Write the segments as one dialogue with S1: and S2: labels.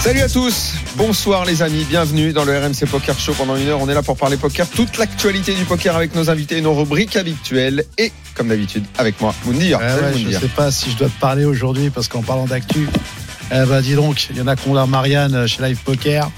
S1: Salut à tous, bonsoir les amis, bienvenue dans le RMC Poker Show. Pendant une heure, on est là pour parler poker, toute l'actualité du poker avec nos invités et nos rubriques habituelles. Et comme d'habitude, avec moi, Moundir.
S2: Eh Ouais,
S1: Salut
S2: Ah ouais, je
S1: Moundir.
S2: sais pas si je dois te parler aujourd'hui parce qu'en parlant d'actu, eh ben dis donc, il y en a qu'on l'a Marianne euh, chez Live Poker.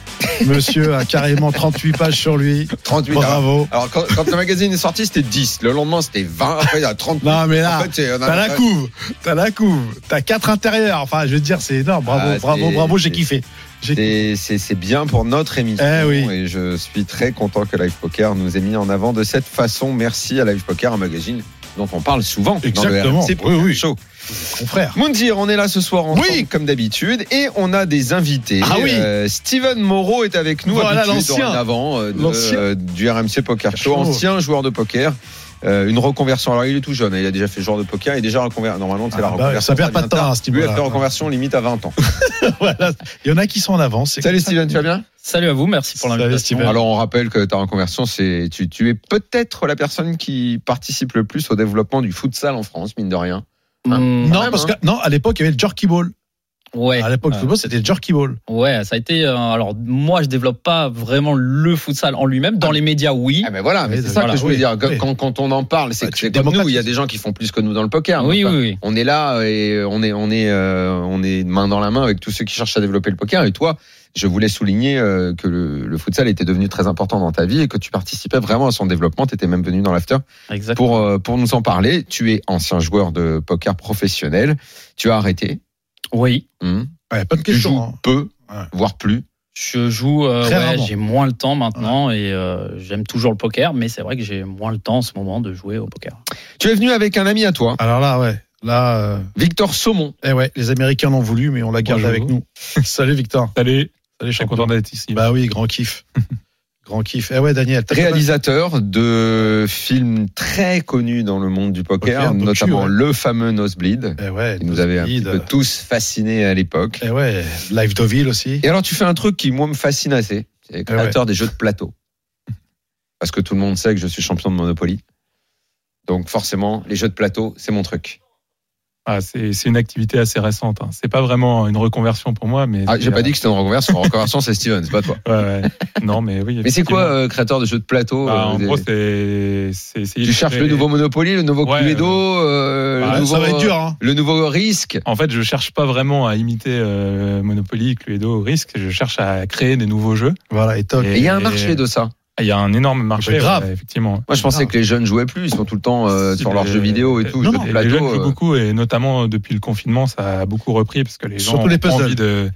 S2: Monsieur a carrément 38 pages sur lui.
S1: 38
S2: Bravo.
S1: Alors, quand, quand le magazine est sorti, c'était 10. Le lendemain, c'était 20. Après, il y a 30.
S2: Non mais Bah, là,
S1: En fait, c'est- on a-
S2: t'as la couve, t'as la couve, t'as quatre intérieurs. Enfin, je veux dire, c'est énorme. Bravo,
S1: Ah,
S2: bravo,
S1: c'est-
S2: bravo. J'ai
S1: c'est-
S2: kiffé. J'ai
S1: C'est- C'est c'est bien pour notre émission.
S2: Eh oui.
S1: Et je suis très content que Live Poker nous ait mis en avant de cette façon. Merci à Live Poker, un magazine dont on parle souvent.
S2: Exactement.
S1: C'est
S2: Oui, oui.
S1: chaud.
S2: confrère.
S1: Moundir, on est là ce soir ensemble, comme d'habitude, et on a des invités.
S2: Ah oui.
S1: Euh, Steven Moreau est avec nous,
S2: Voilà
S1: habitué
S2: l'ancien.
S1: dorénavant, euh, de-
S2: L'ancien.
S1: euh, du RMC Poker Show,
S2: Chaud.
S1: ancien joueur de poker. euh, une reconversion. Alors il est tout jeune, hein, il a déjà fait joueur de poker, il est déjà reconverti. Normalement, c'est
S2: Ah
S1: la
S2: bah,
S1: reconversion.
S2: ça perd pas de temps, hein, ce
S1: Lui, il a fait
S2: niveau-là.
S1: reconversion limite à 20 ans.
S2: Voilà. Il y en a qui sont en avance. c'est
S1: Salut
S2: comme ça.
S1: Steven, tu vas bien
S3: Salut à vous, merci pour
S2: Salut,
S3: l'invitation.
S2: Steven.
S3: Alors,
S1: Alors on rappelle que ta reconversion, c'est tu, tu es peut-être la personne qui participe le plus au développement du futsal en France, mine de rien. Ah,
S3: hum,
S2: Non,
S1: même,
S2: parce que
S1: hein.
S2: non, à l'époque, il y avait le jerky ball.
S3: ouais,
S2: À l'époque,
S1: Ah.
S3: Euh,
S2: le football, c'était le jerky ball.
S3: ouais, ça a été. euh, alors moi, je développe pas vraiment le futsal en lui-même. Dans les médias, oui.
S1: Ah ben voilà, mais
S2: Oui,
S1: c'est ça
S2: voilà,
S1: que je voulais
S2: oui,
S1: dire.
S2: oui.
S1: Quand, quand on en parle, c'est
S2: Bah,
S1: que
S2: tu
S1: c'est comme nous,
S2: démocratises.
S1: il y a des gens qui font plus que nous dans le poker.
S3: oui,
S1: Donc,
S3: oui,
S1: euh,
S3: oui.
S1: On est là et on est on est euh, on est main dans la main avec tous ceux qui cherchent à développer le poker. Et toi, je voulais souligner euh, que le, le futsal était devenu très important dans ta vie et que tu participais vraiment à son développement. Tu étais même venu dans l'after
S3: Exact.
S1: pour euh, pour nous en parler. Tu es ancien joueur de poker professionnel. Tu as arrêté.
S3: Oui.
S1: Hum.
S2: Ouais, pas de
S1: Tu joues
S2: question. hein.
S1: peu,
S2: Ouais.
S1: voire plus.
S3: Je joue. euh,
S2: Très
S3: ouais,
S2: rarement.
S3: j'ai moins le temps maintenant et euh, j'aime toujours le poker, mais c'est vrai que j'ai moins le temps en ce moment de jouer au poker.
S1: Tu es venu avec un ami à toi,
S2: Alors là, ouais. Là, euh,
S1: Victor Saumon.
S2: eh ouais, les Américains l'ont voulu, mais on la garde
S4: Bonjour.
S2: avec nous. Salut Victor.
S4: Salut,
S2: Salut
S4: je suis
S2: champion.
S4: content d'être ici.
S2: Bah oui, grand kiff. grand kiff. Eh ouais, Daniel, t'as
S1: réalisateur de films très connus dans le monde du poker,
S2: Poker, donc
S1: notamment
S2: tu, ouais.
S1: le fameux Nosebleed,
S2: pas- Eh ouais,
S1: qui nous avait un petit peu
S2: Nosebleed.
S1: tous fascinés à l'époque.
S2: Eh ouais, Live Deauville aussi.
S1: Et alors, tu fais un truc qui, moi, me fascine assez. C'est
S4: Ah
S1: créateur des jeux de plateau. Parce que tout le monde sait que je suis champion de Monopoly. Donc, forcément, les jeux de plateau, c'est mon truc.
S4: Ah, c'est c'est une activité assez récente. Hein. C'est pas vraiment une reconversion pour moi, mais.
S1: Ah,
S4: c'est,
S1: j'ai pas
S4: euh,
S1: dit que c'était une reconversion. reconversion, c'est Steven, c'est pas toi.
S4: ouais, ouais. Non, mais oui.
S1: Mais c'est
S4: effectivement.
S1: quoi, euh, créateur de jeux de plateau
S4: Bah, En
S1: euh,
S4: gros,
S1: des-
S4: c'est. c'est- c'est
S1: Tu cherches le
S4: illustrer-
S1: nouveau Monopoly, le nouveau
S4: Ouais,
S1: Cluedo, euh,
S4: bah,
S1: le
S2: Ah,
S1: nouveau...
S2: ça va être dur, hein.
S1: Le nouveau risque.
S4: En fait, je cherche pas vraiment à imiter euh, Monopoly, Cluedo, Risk. Je cherche à créer des nouveaux jeux.
S2: Voilà, et top.
S4: Et-
S1: Et il y a un marché de ça.
S4: Ah, Il y a un énorme marché.
S2: Mais grave.
S4: ouais, effectivement.
S1: Moi, je pensais
S2: Ah.
S1: que les jeunes jouaient plus. Ils sont tout le temps euh,
S4: Si,
S1: sur
S4: mais-
S1: leurs jeux vidéo et tout.
S4: Non,
S1: jeux
S4: non,
S1: de
S4: les
S1: plateau,
S4: jeunes jouent
S1: euh.
S4: beaucoup et notamment depuis le confinement, ça a beaucoup repris parce que les gens
S2: Surtout les
S4: ont
S2: puzzles.
S4: envie de.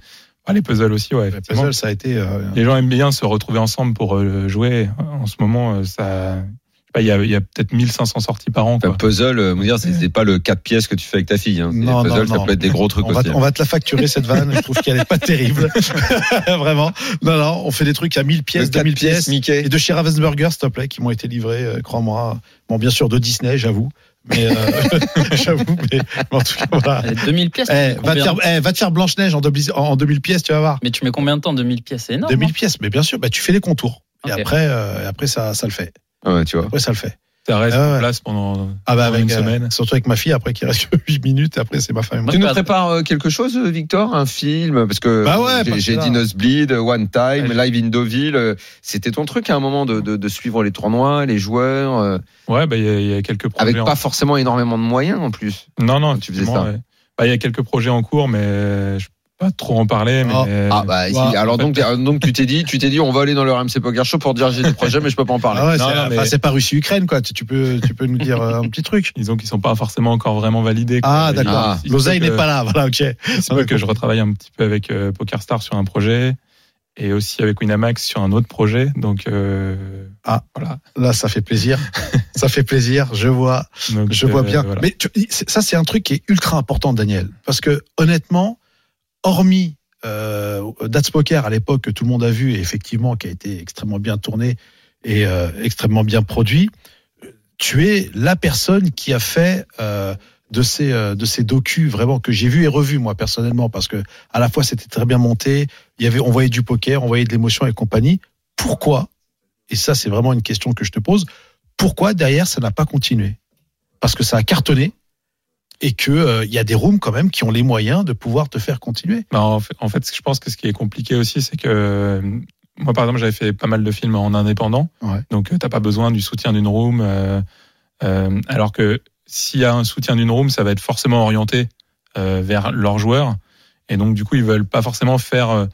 S4: Ah, les puzzles aussi, ouais.
S2: Le
S4: effectivement.
S2: puzzle, ça a été. euh,
S4: Les gens aiment bien se retrouver ensemble pour euh, jouer. En ce moment, euh, ça, je sais pas, il y a, il y a peut-être 1500 sorties par an.
S1: Un
S4: Quoi.
S1: puzzle, euh, vous dire, c'est c'est pas le 4 pièces que tu fais avec ta fille. Hein. C'est
S2: Non,
S1: les puzzles,
S2: non,
S1: ça
S2: non.
S1: peut être des gros trucs
S2: on, va,
S1: aussi. hein.
S2: on va te la facturer cette vanne. Je trouve qu'elle est pas terrible. Vraiment. Non, non, on fait des trucs à 1000 pièces,
S1: Le 4
S2: 2000 pièces.
S1: Mickey.
S2: Et de chez Ravensburger, s'il te plaît, qui m'ont été livrés, euh, crois-moi. Bon, bien sûr, de Disney, j'avoue. Mais euh, j'avoue, mais, mais en tout cas, voilà.
S3: Allez, 2000 pièces.
S2: Eh,
S3: tu mets
S2: va, te
S3: combien
S2: faire, eh, va te faire Blanche-Neige en, 2000 en 2000 pièces, tu vas voir.
S3: Mais tu mets combien de temps 2000 pièces, c'est énorme.
S2: 2000 pièces, mais bien sûr, bah, tu fais les contours. Et
S3: Ok.
S2: après, euh, et après ça, ça le fait.
S1: Ouais, tu vois.
S2: Après, ça le fait.
S4: Ça reste
S2: Ah ouais.
S4: en place pendant,
S2: Ah bah
S4: pendant
S2: avec,
S4: une
S2: euh,
S4: semaine.
S2: surtout avec ma fille, après qui reste que 8 minutes, et après c'est ma femme et moi.
S3: Moi,
S1: Tu
S3: je
S1: nous
S3: passe-
S1: prépares euh, quelque chose, euh, Victor Un film Parce que
S2: Bah
S1: bon,
S2: ouais,
S1: j'ai-
S2: parce
S1: j'ai
S2: que là-
S1: dit Nosebleed, One Time,
S2: Ouais.
S1: Live in Deauville. euh, C'était ton truc à un moment de, de- de suivre les tournois, les joueurs, euh,
S4: Ouais, bah, il y, a- il y a quelques projets.
S1: avec pas
S4: en...
S1: forcément énormément de moyens en plus.
S4: Non, non,
S1: tu faisais
S4: effectivement,
S1: ça.
S4: ouais. Bah, il y a quelques projets en cours, mais euh, je peux pas trop en parler. Mais,
S2: Ah.
S4: euh,
S1: Ah bah,
S2: ouais.
S1: si. alors donc, euh, donc tu t'es dit, tu t'es dit, on va aller dans le RMC Poker Show pour dire j'ai des projets, mais je peux pas en parler.
S2: Ah ouais,
S4: Non,
S2: c'est
S4: non, mais-
S2: enfin, c'est pas Russie-Ukraine, quoi. Tu, tu peux, tu peux nous dire euh, un petit truc.
S4: disons qu'ils sont pas forcément encore vraiment validés. quoi.
S2: Ah,
S4: Il-
S2: d'accord.
S4: il se peut
S2: L'oseille
S4: que-
S2: n'est pas là, voilà, ok.
S4: il se peut que je retravaille un petit peu avec euh, PokerStar sur un projet et aussi avec Winamax sur un autre projet. Donc, euh,
S2: Ah.
S4: voilà.
S2: Là, ça fait plaisir. ça fait plaisir, je vois.
S4: Donc,
S2: Je vois
S4: euh,
S2: bien.
S4: voilà.
S2: Mais tu- c'est- ça, c'est un truc qui est ultra important, Daniel. Parce que, honnêtement, hormis euh, Dats Poker à l'époque que tout le monde a vu et effectivement qui a été extrêmement bien tourné et euh, extrêmement bien produit, tu es la personne qui a fait euh, de ces euh, de ces docus vraiment que j'ai vu et revu moi personnellement parce que à la fois c'était très bien monté, il y avait on voyait du poker, on voyait de l'émotion et compagnie. Pourquoi Et ça c'est vraiment une question que je te pose. Pourquoi derrière ça n'a pas continué Parce que ça a cartonné et que euh, il y a des rooms quand même qui ont les moyens de pouvoir te faire continuer.
S4: Non, Bah, en fait, en fait, ce que je pense que ce qui est compliqué aussi, c'est que euh, moi, par exemple, j'avais fait pas mal de films en indépendant.
S2: Ouais.
S4: Donc, euh, t'as pas besoin du soutien d'une room. euh, euh, alors que s'il y a un soutien d'une room, ça va être forcément orienté euh, vers leurs joueurs. Et donc, du coup, ils veulent pas forcément faire euh,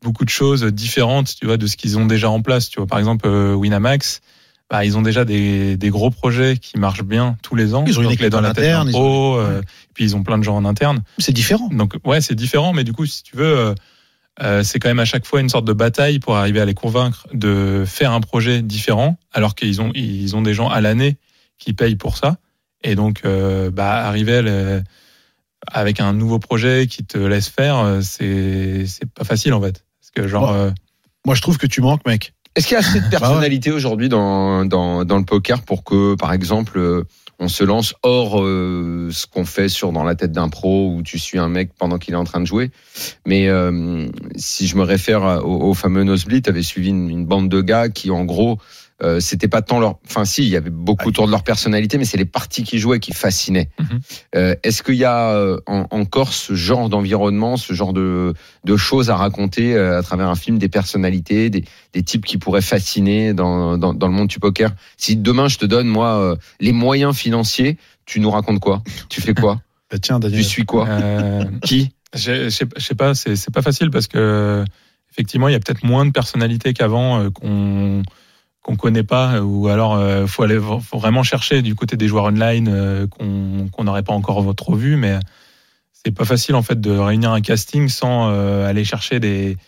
S4: beaucoup de choses différentes, tu vois, de ce qu'ils ont déjà en place. Tu vois, par exemple, euh, Winamax. Bah, ils ont déjà des, des gros projets qui marchent bien tous les ans.
S2: Ils ont une
S4: Donc,
S2: équipe
S4: les dans
S2: en
S4: la tête
S2: interne,
S4: d'un
S2: ils
S4: pro,
S2: ont-
S4: euh,
S2: ouais.
S4: puis ils ont plein de gens en interne.
S2: C'est différent.
S4: Donc ouais, c'est différent, mais du coup, si tu veux, euh, euh, c'est quand même à chaque fois une sorte de bataille pour arriver à les convaincre de faire un projet différent, alors qu'ils ont ils ont des gens à l'année qui payent pour ça, et donc euh, bah arriver le- avec un nouveau projet qui te laisse faire, euh, c'est c'est pas facile en fait, parce que genre
S2: Ouais.
S4: euh,
S2: Moi je trouve que tu manques mec.
S1: Est-ce qu'il y a assez de personnalité aujourd'hui dans, dans, dans le poker pour que, par exemple, euh, on se lance hors euh, ce qu'on fait sur dans la tête d'un pro où tu suis un mec pendant qu'il est en train de jouer Mais euh, si je me réfère à- au, au fameux Nosebleed, tu avais suivi une, une bande de gars qui, en gros, euh, c'était pas tant leur. Enfin, si, il y avait beaucoup
S2: Ah,
S1: autour de leur personnalité, mais c'est les parties qu'ils jouaient qui fascinaient.
S4: Mhm.
S1: Euh, Est-ce qu'il y a euh, en- encore ce genre d'environnement, ce genre de, de choses à raconter euh, à travers un film, des personnalités, des, des types qui pourraient fasciner dans, dans, dans le monde du poker Si demain je te donne, moi, euh, les moyens financiers, tu nous racontes quoi Tu fais quoi
S2: Bah, tiens Daniel.
S1: Tu suis quoi
S4: euh,
S1: Qui
S4: Je je sais je sais pas, c'est c'est pas facile parce que effectivement, il y a peut-être moins de personnalités qu'avant euh, qu'on qu'on connaît pas euh, ou alors euh, faut aller faut vraiment chercher du côté des joueurs online euh, qu'on qu'on n'aurait pas encore trop vu mais c'est pas facile en fait de réunir un casting sans euh, aller chercher des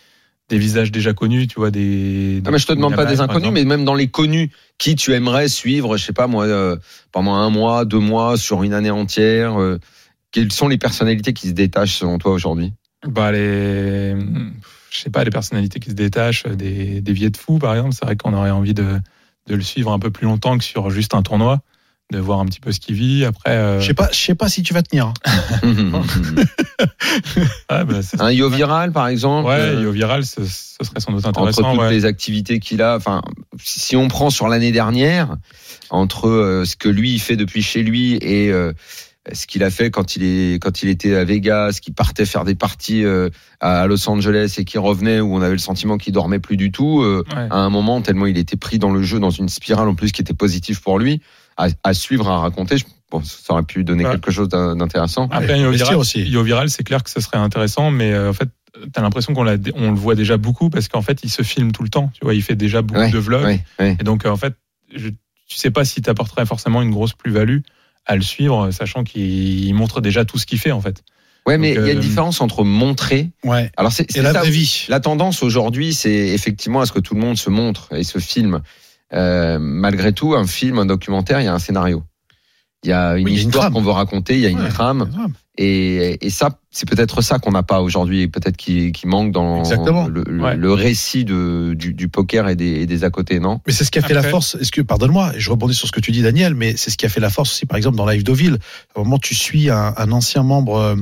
S4: des visages déjà connus, tu vois des,
S1: Ah, mais je te demande pas
S4: Winamax,
S1: des
S4: par
S1: inconnus,
S4: exemple.
S1: mais même dans les connus, qui tu aimerais suivre, je sais pas moi, euh, pendant un mois, deux mois, sur une année entière euh, Quelles sont les personnalités qui se détachent selon toi aujourd'hui
S4: Bah, les, je sais pas, les personnalités qui se détachent, euh, des, des vieux de fous, par exemple. C'est vrai qu'on aurait envie de, de le suivre un peu plus longtemps que sur juste un tournoi, de voir un petit peu ce qu'il vit. Après, euh,
S2: Je sais pas, je sais pas si tu vas tenir. hein.
S4: ouais, bah, c'est-
S1: Un Yo Viral, par exemple
S4: ouais,
S1: euh,
S4: Yo Viral, ce, ce serait sans doute
S1: Entre
S4: intéressant.
S1: toutes
S4: ouais.
S1: les activités qu'il a, enfin, si on prend sur l'année dernière, entre euh, ce que lui il fait depuis chez lui et euh, ce qu'il a fait quand il est quand il était à Vegas, qu'il partait faire des parties euh, à Los Angeles et qu'il revenait où on avait le sentiment qu'il dormait plus du tout, euh,
S4: Ouais.
S1: à un moment tellement il était pris dans le jeu, dans une spirale en plus qui était positive pour lui, à, à suivre, à raconter. Je pense que ça aurait pu donner
S4: Ouais.
S1: quelque chose d'in- d'intéressant.
S4: Après, Yo
S2: Investir
S4: Viral,
S2: aussi.
S4: Yo Viral, c'est clair que ce serait intéressant, mais euh, en fait, t'as l'impression qu'on l'a- on le voit déjà beaucoup parce qu'en fait, il se filme tout le temps. Tu vois, il fait déjà beaucoup
S1: Ouais,
S4: de vlogs.
S1: Ouais, ouais.
S4: Et donc, euh, en fait, je, tu sais pas si t'apporterais forcément une grosse plus-value à le suivre, euh, sachant qu'il montre déjà tout ce qu'il fait, en fait.
S1: Ouais, mais il
S4: Donc,
S1: y a une
S4: euh,
S1: différence entre montrer.
S2: Ouais.
S1: Alors c'est
S2: Et
S1: c'est
S2: la
S1: ça
S2: vraie vie.
S1: La tendance aujourd'hui, c'est effectivement à ce que tout le monde se montre et se filme. Euh, malgré tout, un film, un documentaire, il y a un scénario. Il y a une
S2: Oui, il y a une
S1: histoire
S2: trame.
S1: qu'on veut raconter, il y a une
S2: Ouais.
S1: trame. Et, et ça, c'est peut-être ça qu'on n'a pas aujourd'hui et peut-être qui, qui manque dans
S2: Exactement.
S1: le, le-
S4: Ouais.
S1: le récit de, du, du poker et des, et des à côté, non
S2: Mais c'est ce qui a fait la
S4: Après-
S2: force. Est-ce que, pardonne-moi, je rebondis sur ce que tu dis, Daniel, mais c'est ce qui a fait la force aussi, par exemple, dans Live Deauville. Au moment, tu suis un, un ancien membre, euh,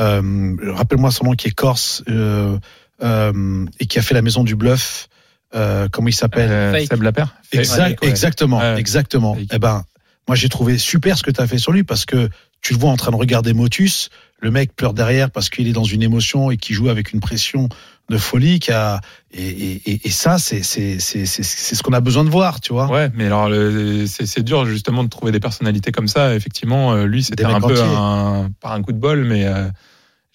S2: euh, rappelle-moi son nom, qui est corse, euh, euh, et qui a fait la maison du bluff. Euh, comment il s'appelle
S4: Euh,
S3: Fake.
S4: Seb Lapierre
S2: Exact,
S4: Ouais.
S2: Exactement,
S4: Ouais.
S2: exactement.
S4: Fake.
S2: Eh ben, moi, j'ai trouvé super ce que tu as fait sur lui parce que tu le vois en train de regarder Motus. Le mec pleure derrière parce qu'il est dans une émotion et qui joue avec une pression de folie. Qui a... et, et, et, et ça, c'est c'est- c'est- c'est- c'est ce qu'on a besoin de voir, tu vois.
S4: Ouais, mais alors le- c'est c'est dur justement de trouver des personnalités comme ça. Effectivement, euh, lui c'était
S2: Des mecs
S4: un peu
S2: entiers.
S4: un, par un coup de bol, mais euh,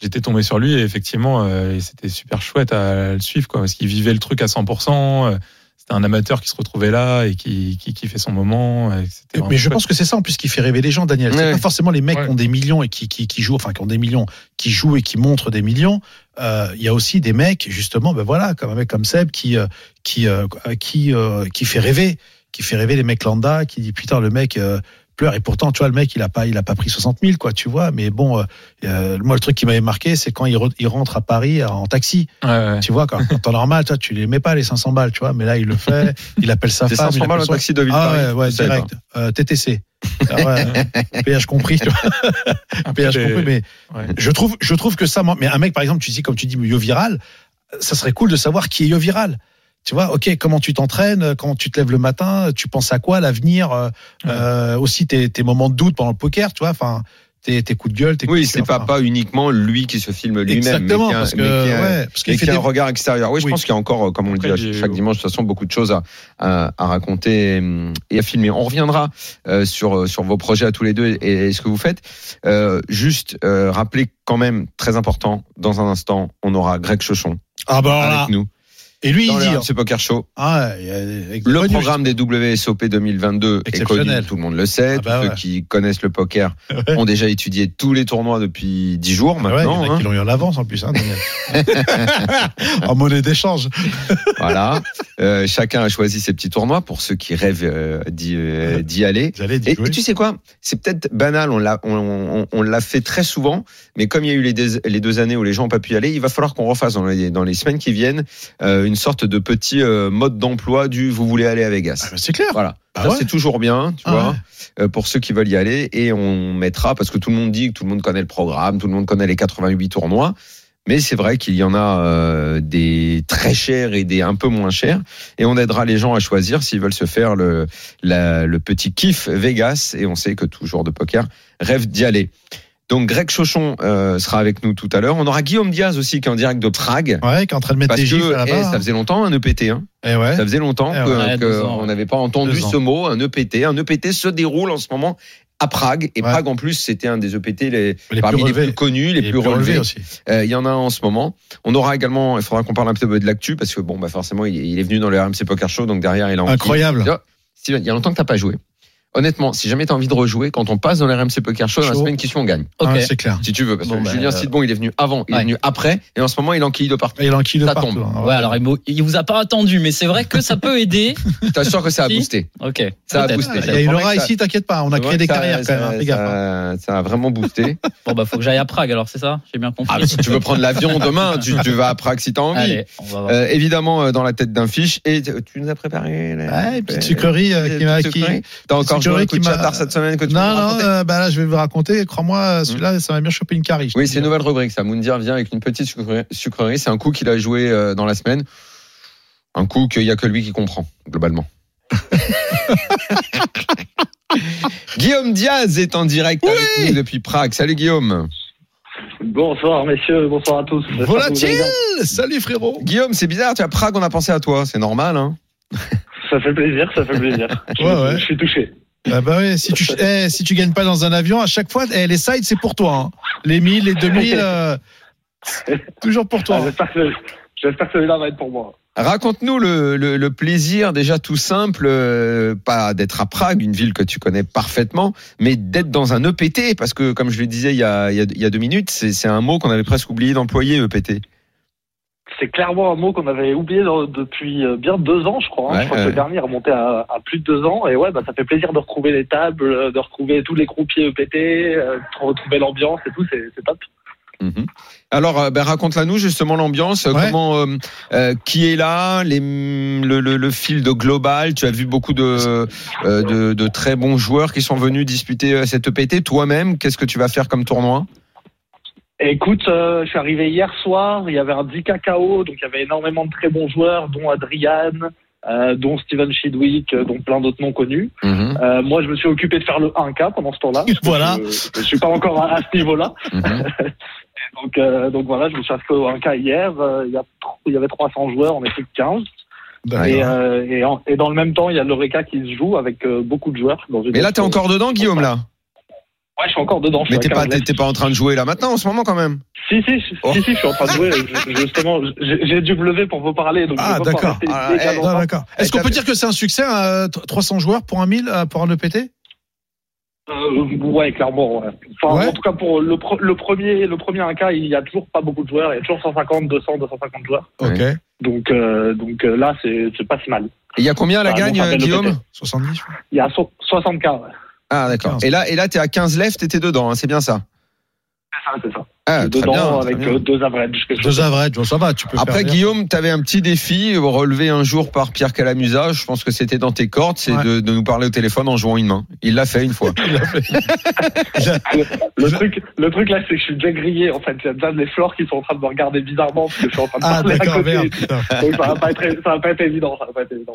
S4: j'étais tombé sur lui et effectivement euh, et c'était super chouette à le suivre quoi, parce qu'il vivait le truc à 100%. euh, c'était un amateur qui se retrouvait là et qui qui, qui fait son moment. euh, c'était
S2: Mais-
S4: vraiment
S2: Mais je
S4: chouette.
S2: pense que c'est ça en plus qui fait rêver les gens, Daniel. C'est
S1: Ouais.
S2: pas forcément les mecs
S4: Ouais.
S2: qui ont des millions et qui, qui, qui jouent, enfin qui ont des millions, qui jouent et qui montrent des millions. Euh, Il y a aussi des mecs justement, ben voilà, comme un mec comme Seb qui euh, qui euh, qui euh, qui fait rêver, qui fait rêver les mecs lambda, qui dit putain le mec. euh, pleure. Et pourtant, tu vois, le mec, il a pas, il a pas pris 60 000, quoi, tu vois. Mais bon, euh, euh, moi, le truc qui m'avait marqué, c'est quand il, re- il rentre à Paris euh, en taxi.
S4: Ouais, ouais.
S2: Tu vois, quand, en temps normal, toi, tu les mets pas les 500 balles, tu vois. Mais là, il le fait. Il appelle sa
S1: C'est
S2: femme. il
S1: 500 balles
S2: appelle
S1: le
S2: son-
S1: taxi de ville
S2: Ah
S1: Paris.
S2: ouais, ouais,
S1: Tu savais
S2: direct. Euh, TTC. Ah ouais, euh, péage compris. tu vois.
S4: Après,
S2: péage compris,
S4: t'es-
S2: mais
S4: ouais.
S2: je trouve, je trouve que ça. man- Mais un mec, par exemple, tu dis comme tu dis, mais Yo Viral, ça serait cool de savoir qui est Yo Viral. Tu vois, ok, comment tu t'entraînes, comment tu te lèves le matin, tu penses à quoi, l'avenir, euh, euh, aussi tes, tes moments de doute pendant le poker, tu vois, enfin, tes, tes coups de gueule, tes coups
S1: Oui,
S2: de
S1: c'est
S2: cœur,
S1: pas,
S2: enfin.
S1: pas uniquement lui qui se filme lui-même. mais
S2: Exactement,
S1: qui a-
S2: parce que
S1: mais qui a-
S2: ouais, parce qu'il
S1: Et
S2: fait
S1: qu'il y a
S2: des
S1: un regard extérieur. Oui, je
S2: Oui.
S1: pense qu'il y a encore, euh, comme on le dit
S4: Après,
S1: à
S4: il y a-
S1: chaque dimanche, de toute façon, beaucoup de choses à, à, à raconter hum, et à filmer. On reviendra euh, sur, euh, sur vos projets à tous les deux et, et ce que vous faites. Euh, juste euh, rappeler quand même, très important, dans un instant, on aura Greg Chauchon
S2: ah bah alors là,
S1: avec nous
S2: et lui
S1: dans
S2: il
S1: le
S2: dit hein.
S1: RMC Poker Show.
S2: ah, il y a- avec des
S1: Le
S2: bonnes
S1: programme des WSOP 2022 est connu,
S2: Exceptionnel.
S1: tout le monde le sait.
S2: Ah bah
S1: Tous
S2: ouais.
S1: ceux qui connaissent le poker ont déjà étudié tous les tournois depuis 10 jours
S2: Ah Ouais,
S1: maintenant.
S2: il y en a
S1: hein.
S2: qui l'ont eu en avance en plus, hein, Daniel. en monnaie d'échange.
S1: Voilà. Euh, chacun a choisi ses petits tournois pour ceux qui rêvent euh, d'y euh, d'y aller.
S2: J'allais
S1: Et,
S2: dire.
S1: et tu sais quoi C'est peut-être banal, on l'a on, on- on l'a fait très souvent, mais comme il y a eu les, deux- les deux années où les gens n'ont pas pu y aller, il va falloir qu'on refasse dans les, dans les semaines qui viennent euh, une sorte de petit euh, mode d'emploi du vous voulez aller à Vegas.
S2: c'est clair.
S1: Voilà,
S2: Bah
S1: ça
S2: ouais.
S1: c'est toujours bien, tu
S2: Ah
S1: vois,
S2: ouais.
S1: euh, pour ceux qui veulent y aller. Et on mettra, parce que tout le monde dit que tout le monde connaît le programme, tout le monde connaît les 88 tournois, mais c'est vrai qu'il y en a euh, des très chers et des un peu moins chers. Et on aidera les gens à choisir s'ils veulent se faire le, la- le petit kiff Vegas. Et on sait que tout joueur de poker rêve d'y aller. Donc Greg Chauchon euh, sera avec nous tout à l'heure. On aura Guillaume Diaz aussi qui est en direct de Prague.
S2: Ouais, qui est en train de mettre
S1: Parce
S2: des
S1: que
S2: gifs
S1: eh,
S2: là-bas.
S1: ça faisait longtemps un EPT. Hein.
S2: Eh ouais.
S1: Ça faisait longtemps
S2: Eh
S1: que-
S3: ouais,
S1: que
S3: deux ans,
S1: on
S3: ouais.
S1: n'avait pas entendu
S2: Deux ans.
S1: ce mot, un EPT. Un EPT se déroule en ce moment à Prague. Et
S2: Ouais.
S1: Prague, en plus, c'était un des EPT les,
S2: Les
S1: parmi
S2: plus
S1: les
S2: relevés.
S1: plus connus, les,
S2: Et
S1: plus
S2: puis
S1: relevés.
S2: relevé aussi.
S1: Euh, il y en a un en ce moment. On aura également, il faudra qu'on parle un petit peu de l'actu, parce que bon, bah forcément, il, il est venu dans le RMC Poker Show, donc derrière, il a envie.
S2: Incroyable.
S1: Steven, il y a longtemps que t'as pas joué. Honnêtement, si jamais t'as envie de rejouer, quand on passe dans le RMC Poker Show, dans la
S2: Chaud.
S1: semaine qui suit, on gagne.
S3: hein. Ok.
S2: Ouais, Ah, c'est clair.
S1: Si tu veux, parce
S3: Bon,
S1: que
S3: bah,
S1: Julien
S3: euh,
S1: Sidbon, il est venu avant, il
S3: ouais.
S1: est venu après, et en ce moment, il enquille de partout.
S2: Et il enquille de
S1: Ça
S2: partout.
S1: tombe.
S2: hein.
S3: Ouais, alors il m'a- il vous a pas attendu, mais c'est vrai que ça peut aider.
S1: Je t'assure que ça a
S3: Si.
S1: boosté.
S3: Ok.
S1: Ah, Ça a
S3: Peut-être.
S1: boosté.
S2: Il y a une
S1: Je promets
S2: aura
S1: que ça-
S2: ici, t'inquiète pas. On a
S1: C'est vrai
S2: créé des
S1: que ça-
S2: carrières quand même.
S1: ça-
S2: hein, Fais gaffe. hein.
S1: ça- Ça a vraiment boosté.
S3: Bon bah faut que j'aille à Prague alors, c'est ça J'ai bien compris.
S1: Ah, mais si tu veux prendre l'avion demain, tu, tu vas à Prague si t'as envie.
S3: Allez, on va voir.
S1: Euh, évidemment, euh, dans la tête d'un fiche. Et tu tu nous as préparé. la-
S2: Ouais, une petite sucrerie euh,
S1: Petite
S2: qui m'a. qui-
S1: sucrerie. T'as encore
S2: sucrerie
S1: joué un coup de
S2: qui m'a-
S1: chatard cette semaine que tu
S2: Non,
S1: veux nous
S2: non,
S1: raconter Hmm.
S2: euh, bah là, je vais vous raconter. Crois-moi, euh, celui-là, ça m'a bien chopé une carie. je te
S1: Oui,
S2: dis.
S1: c'est une nouvelle rubrique. Ça, Moundir vient avec une petite sucrerie- sucrerie. C'est un coup qu'il a joué euh, dans la semaine. Un coup qu'il n'y a que lui qui comprend, globalement. Guillaume Diaz est en direct avec nous depuis Prague. Salut Guillaume.
S5: Bonsoir messieurs, bonsoir à tous. J'espère que vous allez
S2: Volatile
S5: bien.
S2: Salut frérot
S1: Guillaume, c'est bizarre. Tu as Prague, on a pensé à toi. C'est normal, hein
S5: Ça fait plaisir, ça fait plaisir. Je-
S2: Ouais, ouais.
S5: Je suis touché.
S2: Ah bah oui, si tu, eh, si tu gagnes pas dans un avion, à chaque fois, eh, les sides, c'est pour toi. hein. Les 1000, les 2000, euh, toujours pour toi.
S5: Ah, J'espère que, j'espère que celui-là va être pour moi.
S1: Raconte-nous le, le- le plaisir déjà tout simple, euh, pas d'être à Prague, une ville que tu connais parfaitement, mais d'être dans un EPT, parce que comme je le disais il y a, il y a- il y a deux minutes, c'est c'est un mot qu'on avait presque oublié d'employer, E EPT.
S5: C'est clairement un mot qu'on avait oublié dans- depuis euh, bien deux ans, je crois. hein.
S1: Ouais,
S5: je crois que
S1: ouais.
S5: le dernier remontait à, à plus de deux ans. Et ouais, bah, ça fait plaisir de retrouver les tables, euh, de retrouver tous les croupiers EPT, euh, de retrouver l'ambiance et tout, c'est c'est top.
S1: Mhm. Alors euh, ben, raconte-la nous justement l'ambiance, euh,
S2: Ouais.
S1: comment, euh, euh, qui est là, les, le, le, le field global, tu as vu beaucoup de, euh, de, de très bons joueurs qui sont venus disputer euh, cette EPT, toi-même, qu'est-ce que tu vas faire comme tournoi
S5: Écoute, euh, je suis arrivé hier soir, il y avait un 10 KO, donc il y avait énormément de très bons joueurs, dont Adrian, euh, dont Steven Chidwick, euh, dont plein d'autres noms connus.
S1: Mhm,
S5: Euh, moi, je me suis occupé de faire le 1K pendant ce temps-là.
S2: Voilà.
S5: Je, je suis pas encore à, à ce niveau-là.
S1: mhm.
S5: Donc, euh, donc voilà, je me suis inscrit au 1K hier. Euh, Il y, a tro- il y avait 300 joueurs, on était que 15. Et,
S1: D'accord.
S5: euh, et, en- et dans le même temps, il y a l'Oreca qui se joue avec euh, beaucoup de joueurs. Dans une
S1: Mais là,
S5: autre-
S1: t'es encore dedans, Guillaume, là
S5: Ouais, je suis encore dedans. je suis
S1: Mais
S5: à
S1: t'es pas,
S5: 15.
S1: t'es- t'es pas en train de jouer là maintenant en ce moment quand même.
S5: Si, si, si,
S1: Oh.
S5: si, si, je suis en train de jouer. Je- justement, j'ai j'ai dû me lever pour vous parler. Donc
S2: Ah,
S5: je peux pas
S2: d'accord.
S5: rester
S1: Ah,
S5: méga
S1: eh,
S2: Ah,
S5: longtemps.
S2: d'accord. Est-ce qu'on peut dire que c'est un succès, euh, 300 joueurs pour un 1000, euh, pour
S4: E
S2: un EPT
S5: Euh, ouais, clairement. ouais. Enfin,
S2: Ouais.
S5: En tout cas, pour le, pre- le premier, le premier 1K, il y a toujours pas beaucoup de joueurs. Il y a toujours 150, 200, 250 joueurs.
S2: Ok.
S5: Donc, euh, donc euh, là, c'est c'est pas si mal.
S1: Il y a combien à la
S5: Ah,
S1: gagne, euh,
S5: bon, rappelle le
S1: Guillaume
S5: 70.
S2: 70. je crois.
S5: Il y a so- 60K. ouais.
S1: Ah, d'accord.
S4: 15.
S1: Et là, et là, t'es à 15 left et t'es dedans, hein, c'est bien ça.
S5: C'est ça, c'est ça.
S1: Ah, très
S5: Dedans,
S1: bien, très
S5: avec
S1: bien.
S5: euh, deux averages. quelque chose.
S4: Deux averages, bon, ça va, tu peux
S1: Après,
S4: faire-
S1: Guillaume, t'avais un petit défi euh, relevé un jour par Pierre Calamusa. Je pense que c'était dans tes cordes, c'est
S4: Ouais.
S1: de, de nous parler au téléphone en jouant une main. Il l'a fait une fois.
S5: Le truc, le truc là, c'est que je suis déjà grillé. En fait, il y a déjà les fleurs qui sont en train de me regarder bizarrement parce que je suis en train de
S4: Ah,
S5: parler à
S4: d'accord,
S5: côté.
S4: merde, putain.
S5: Donc ça va pas être, ça va pas être évident. Ça va pas être évident.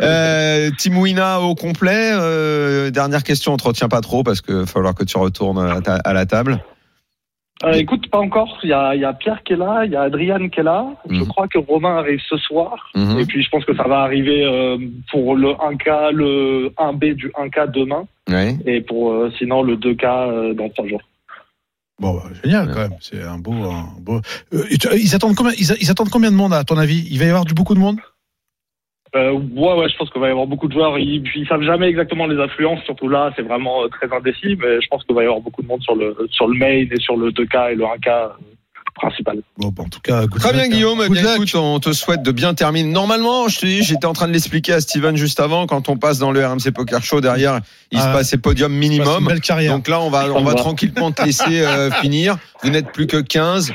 S1: Euh, Timouina au complet. euh, dernière question, on te retient pas trop parce que va falloir que tu retournes à, ta- à la table.
S5: Euh, écoute, pas encore. Il y a, il y a Pierre qui est là, il y a Adriane qui est là. Je
S1: Mhm.
S5: crois que Romain arrive ce soir.
S1: Mhm.
S5: Et puis je pense que ça va arriver euh, pour le 1K, le 1B du 1K demain.
S1: Ouais.
S5: Et pour euh, sinon le 2K euh, dans trois jours.
S4: Bon, bah, génial
S1: Ouais.
S4: quand même. C'est un beau, un beau. Euh, et tu- euh, ils attendent combien ils, a- ils attendent combien de monde à ton avis Il va y avoir du beaucoup de monde.
S5: Euh, ouais, ouais, je pense qu'il va y avoir beaucoup de joueurs. Ils, ils savent jamais exactement les affluences, surtout là, c'est vraiment euh, très indécis. Mais je pense qu'il va y avoir beaucoup de monde sur le sur le main et sur le 2K et le 1K euh, principal.
S4: Bon, bah, en tout cas, good
S1: Très
S4: luck,
S1: bien
S4: hein.
S1: Guillaume, Eh
S4: Good
S1: bien,
S4: luck.
S1: écoute, on te souhaite de bien terminer. Normalement, je te dis, j'étais en train de l'expliquer à Steven juste avant, quand on passe dans le RMC Poker Show, derrière, il se
S4: Ah.
S1: passe podium
S4: Passe une
S1: minimum.
S4: belle carrière.
S1: Donc là, on va, on va
S5: revoir.
S1: tranquillement te laisser euh, finir. Vous n'êtes plus que 15.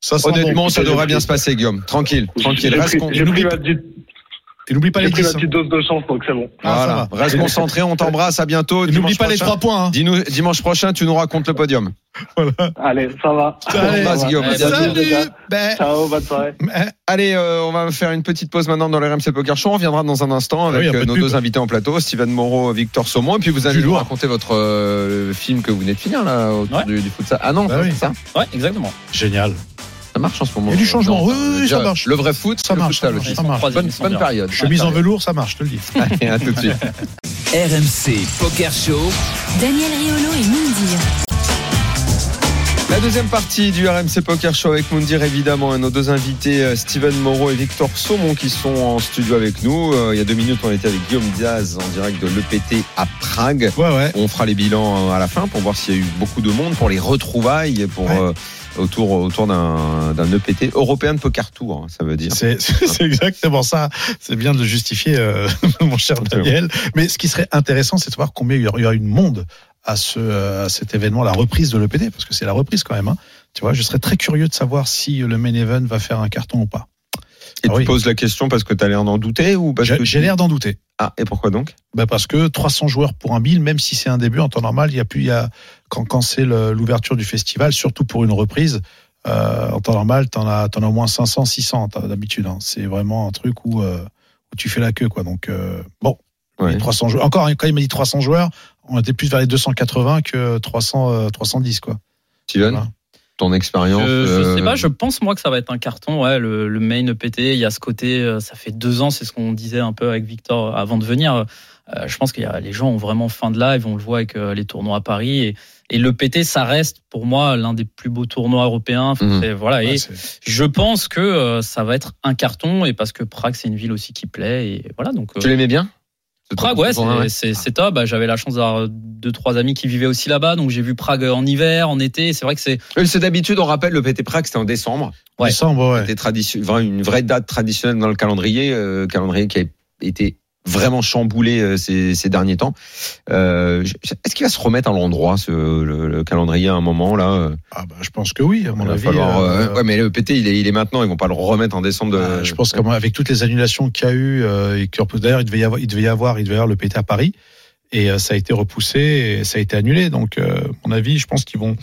S4: ça sent
S1: Honnêtement,
S4: bon.
S1: ça devrait bien se passer, Guillaume. Tranquille, tranquille.
S5: J'ai
S1: Reste,
S5: pris,
S1: con-
S5: j'ai
S4: n'oublie
S5: pris ma petite,
S4: Et n'oublie pas les
S5: j'ai pris ma
S4: 10. hein.
S5: petite dose de chance, donc c'est bon.
S1: voilà.
S4: Ah, ça va.
S1: Reste concentré, on t'embrasse, à bientôt.
S4: Et N'oublie
S1: Dimanche
S4: pas les
S1: prochain-
S4: trois points. hein.
S1: Dis-nous, dimanche prochain, tu nous racontes le podium.
S5: Allez, ça va.
S4: Allez.
S5: Ça va.
S1: Guillaume.
S5: Allez, bonne
S4: Salut.
S5: journée, les gars.
S4: Ben,
S5: Ciao, bonne soirée.
S4: ben,
S1: Allez, euh, on va faire une petite pause maintenant dans le RMC Poker Show. On reviendra dans un instant
S4: Ah oui,
S1: avec
S4: y a pas
S1: euh,
S4: de
S1: nos
S4: pub.
S1: deux invités en plateau, Steven Moreau, Victor Saumon. Et puis vous allez
S4: Du
S1: nous
S4: lourd.
S1: raconter votre euh, film que vous venez de finir là autour
S3: Ouais.
S1: du, du futsal. Ah non,
S4: Bah
S1: c'est
S4: oui.
S1: ça,
S3: Ouais, exactement.
S4: génial.
S1: ça marche en ce moment.
S4: Il y a du changement.
S1: Non,
S4: Oui, oui,
S1: déjà,
S4: ça marche.
S1: Le vrai foot,
S4: Ça
S1: le
S4: marche,
S1: futsal
S4: ça
S1: aussi.
S3: Ils sont
S4: marche.
S3: troisième,
S1: Bonne,
S3: ils sont
S1: bonne
S3: bien.
S1: période.
S4: Chemise en velours, ça marche, je te le dis.
S1: Allez, à tout de suite.
S6: RMC Poker Show.
S7: Daniel Riolo et Mindir.
S1: La deuxième partie du RMC Poker Show avec Moundir évidemment et nos deux invités euh, Steven Moreau et Victor Saumon qui sont en studio avec nous. Euh, Il y a deux minutes on était avec Guillaume Diaz en direct de l'EPT à Prague.
S4: Ouais, ouais.
S1: On fera les bilans euh, à la fin pour voir s'il y a eu beaucoup de monde pour les retrouvailles pour
S4: Ouais.
S1: euh, autour autour d'un d'un EPT européen de poker tour hein, ça veut dire.
S4: C'est c'est- c'est exactement ça. C'est bien de le justifier, euh, mon cher
S1: Absolument.
S4: Daniel. Mais ce qui serait intéressant, c'est de voir combien il y aura- il y aura eu de monde à, ce, euh, à cet événement, la reprise de l'EPD, parce que c'est la reprise quand même. hein. Tu vois, je serais très curieux de savoir si le main event va faire un carton ou pas.
S1: Et
S4: Ah
S1: tu
S4: oui.
S1: poses la question parce que tu as l'air d'en douter ou parce
S4: J'ai
S1: que
S4: j'ai l'air d'en douter.
S1: Ah et pourquoi donc
S4: Bah parce que 300 joueurs pour un bill, même si c'est un début en temps normal, il y a plus, il y a, quand, quand c'est le- l'ouverture du festival, surtout pour une reprise, euh, en temps normal, t'en as, t'en as au moins 500, 600 t'as- d'habitude. hein. C'est vraiment un truc où, euh, où tu fais la queue, quoi. Donc euh, bon,
S1: Ouais.
S4: les 300 joueurs. Encore hein, quand il m'a dit 300 joueurs, on était plus vers les 280 que 300, euh, 310, quoi.
S1: Steven
S4: Voilà.
S1: ton expérience
S3: Je, je sais
S1: euh,
S3: pas, je pense moi que ça va être un carton. Ouais, le, le main EPT, il y a ce côté, euh, ça fait deux ans, c'est ce qu'on disait un peu avec Victor euh, avant de venir. Euh, je pense qu'il y a les gens ont vraiment faim de live, on le voit avec euh, les tournois à Paris et, et le PT, ça reste pour moi l'un des plus beaux tournois européens. Enfin,
S1: Mhm.
S3: c'est- Voilà,
S4: Ouais,
S3: et
S4: c'est-
S3: je pense que euh, ça va être un carton et parce que Prague c'est une ville aussi qui plaît et voilà donc. euh,
S1: tu l'aimais bien
S3: Prague, ouais, c'est c'est- c'est top. Bah, J'avais la chance d'avoir deux, trois amis qui vivaient aussi là-bas. Donc, j'ai vu Prague en hiver, en été. et C'est vrai que c'est.
S1: Euh, C'est d'habitude, on rappelle, le PT Prague, c'était en décembre.
S3: Ouais.
S4: Décembre, ouais.
S1: C'était tradition- vra- une vraie date traditionnelle dans le calendrier, euh, calendrier qui a été vraiment chamboulé euh, ces, ces derniers temps. Euh, je- Est-ce qu'il va se remettre à l'endroit, ce, le, le calendrier, à un moment là euh,
S4: Ah bah, je pense que oui, à mon
S1: il va
S4: avis.
S1: falloir,
S4: euh,
S1: euh, ouais, mais le PT, il est, il est maintenant, ils vont pas le remettre en décembre. De,
S4: Euh, je pense qu'avec toutes les annulations qu'il y a eu, euh, et que- d'ailleurs il devait y avoir, il devait y avoir, il devait y avoir le PT à Paris, et euh, ça a été repoussé, et ça a été annulé. Donc, euh, à mon avis, je pense qu'ils vont,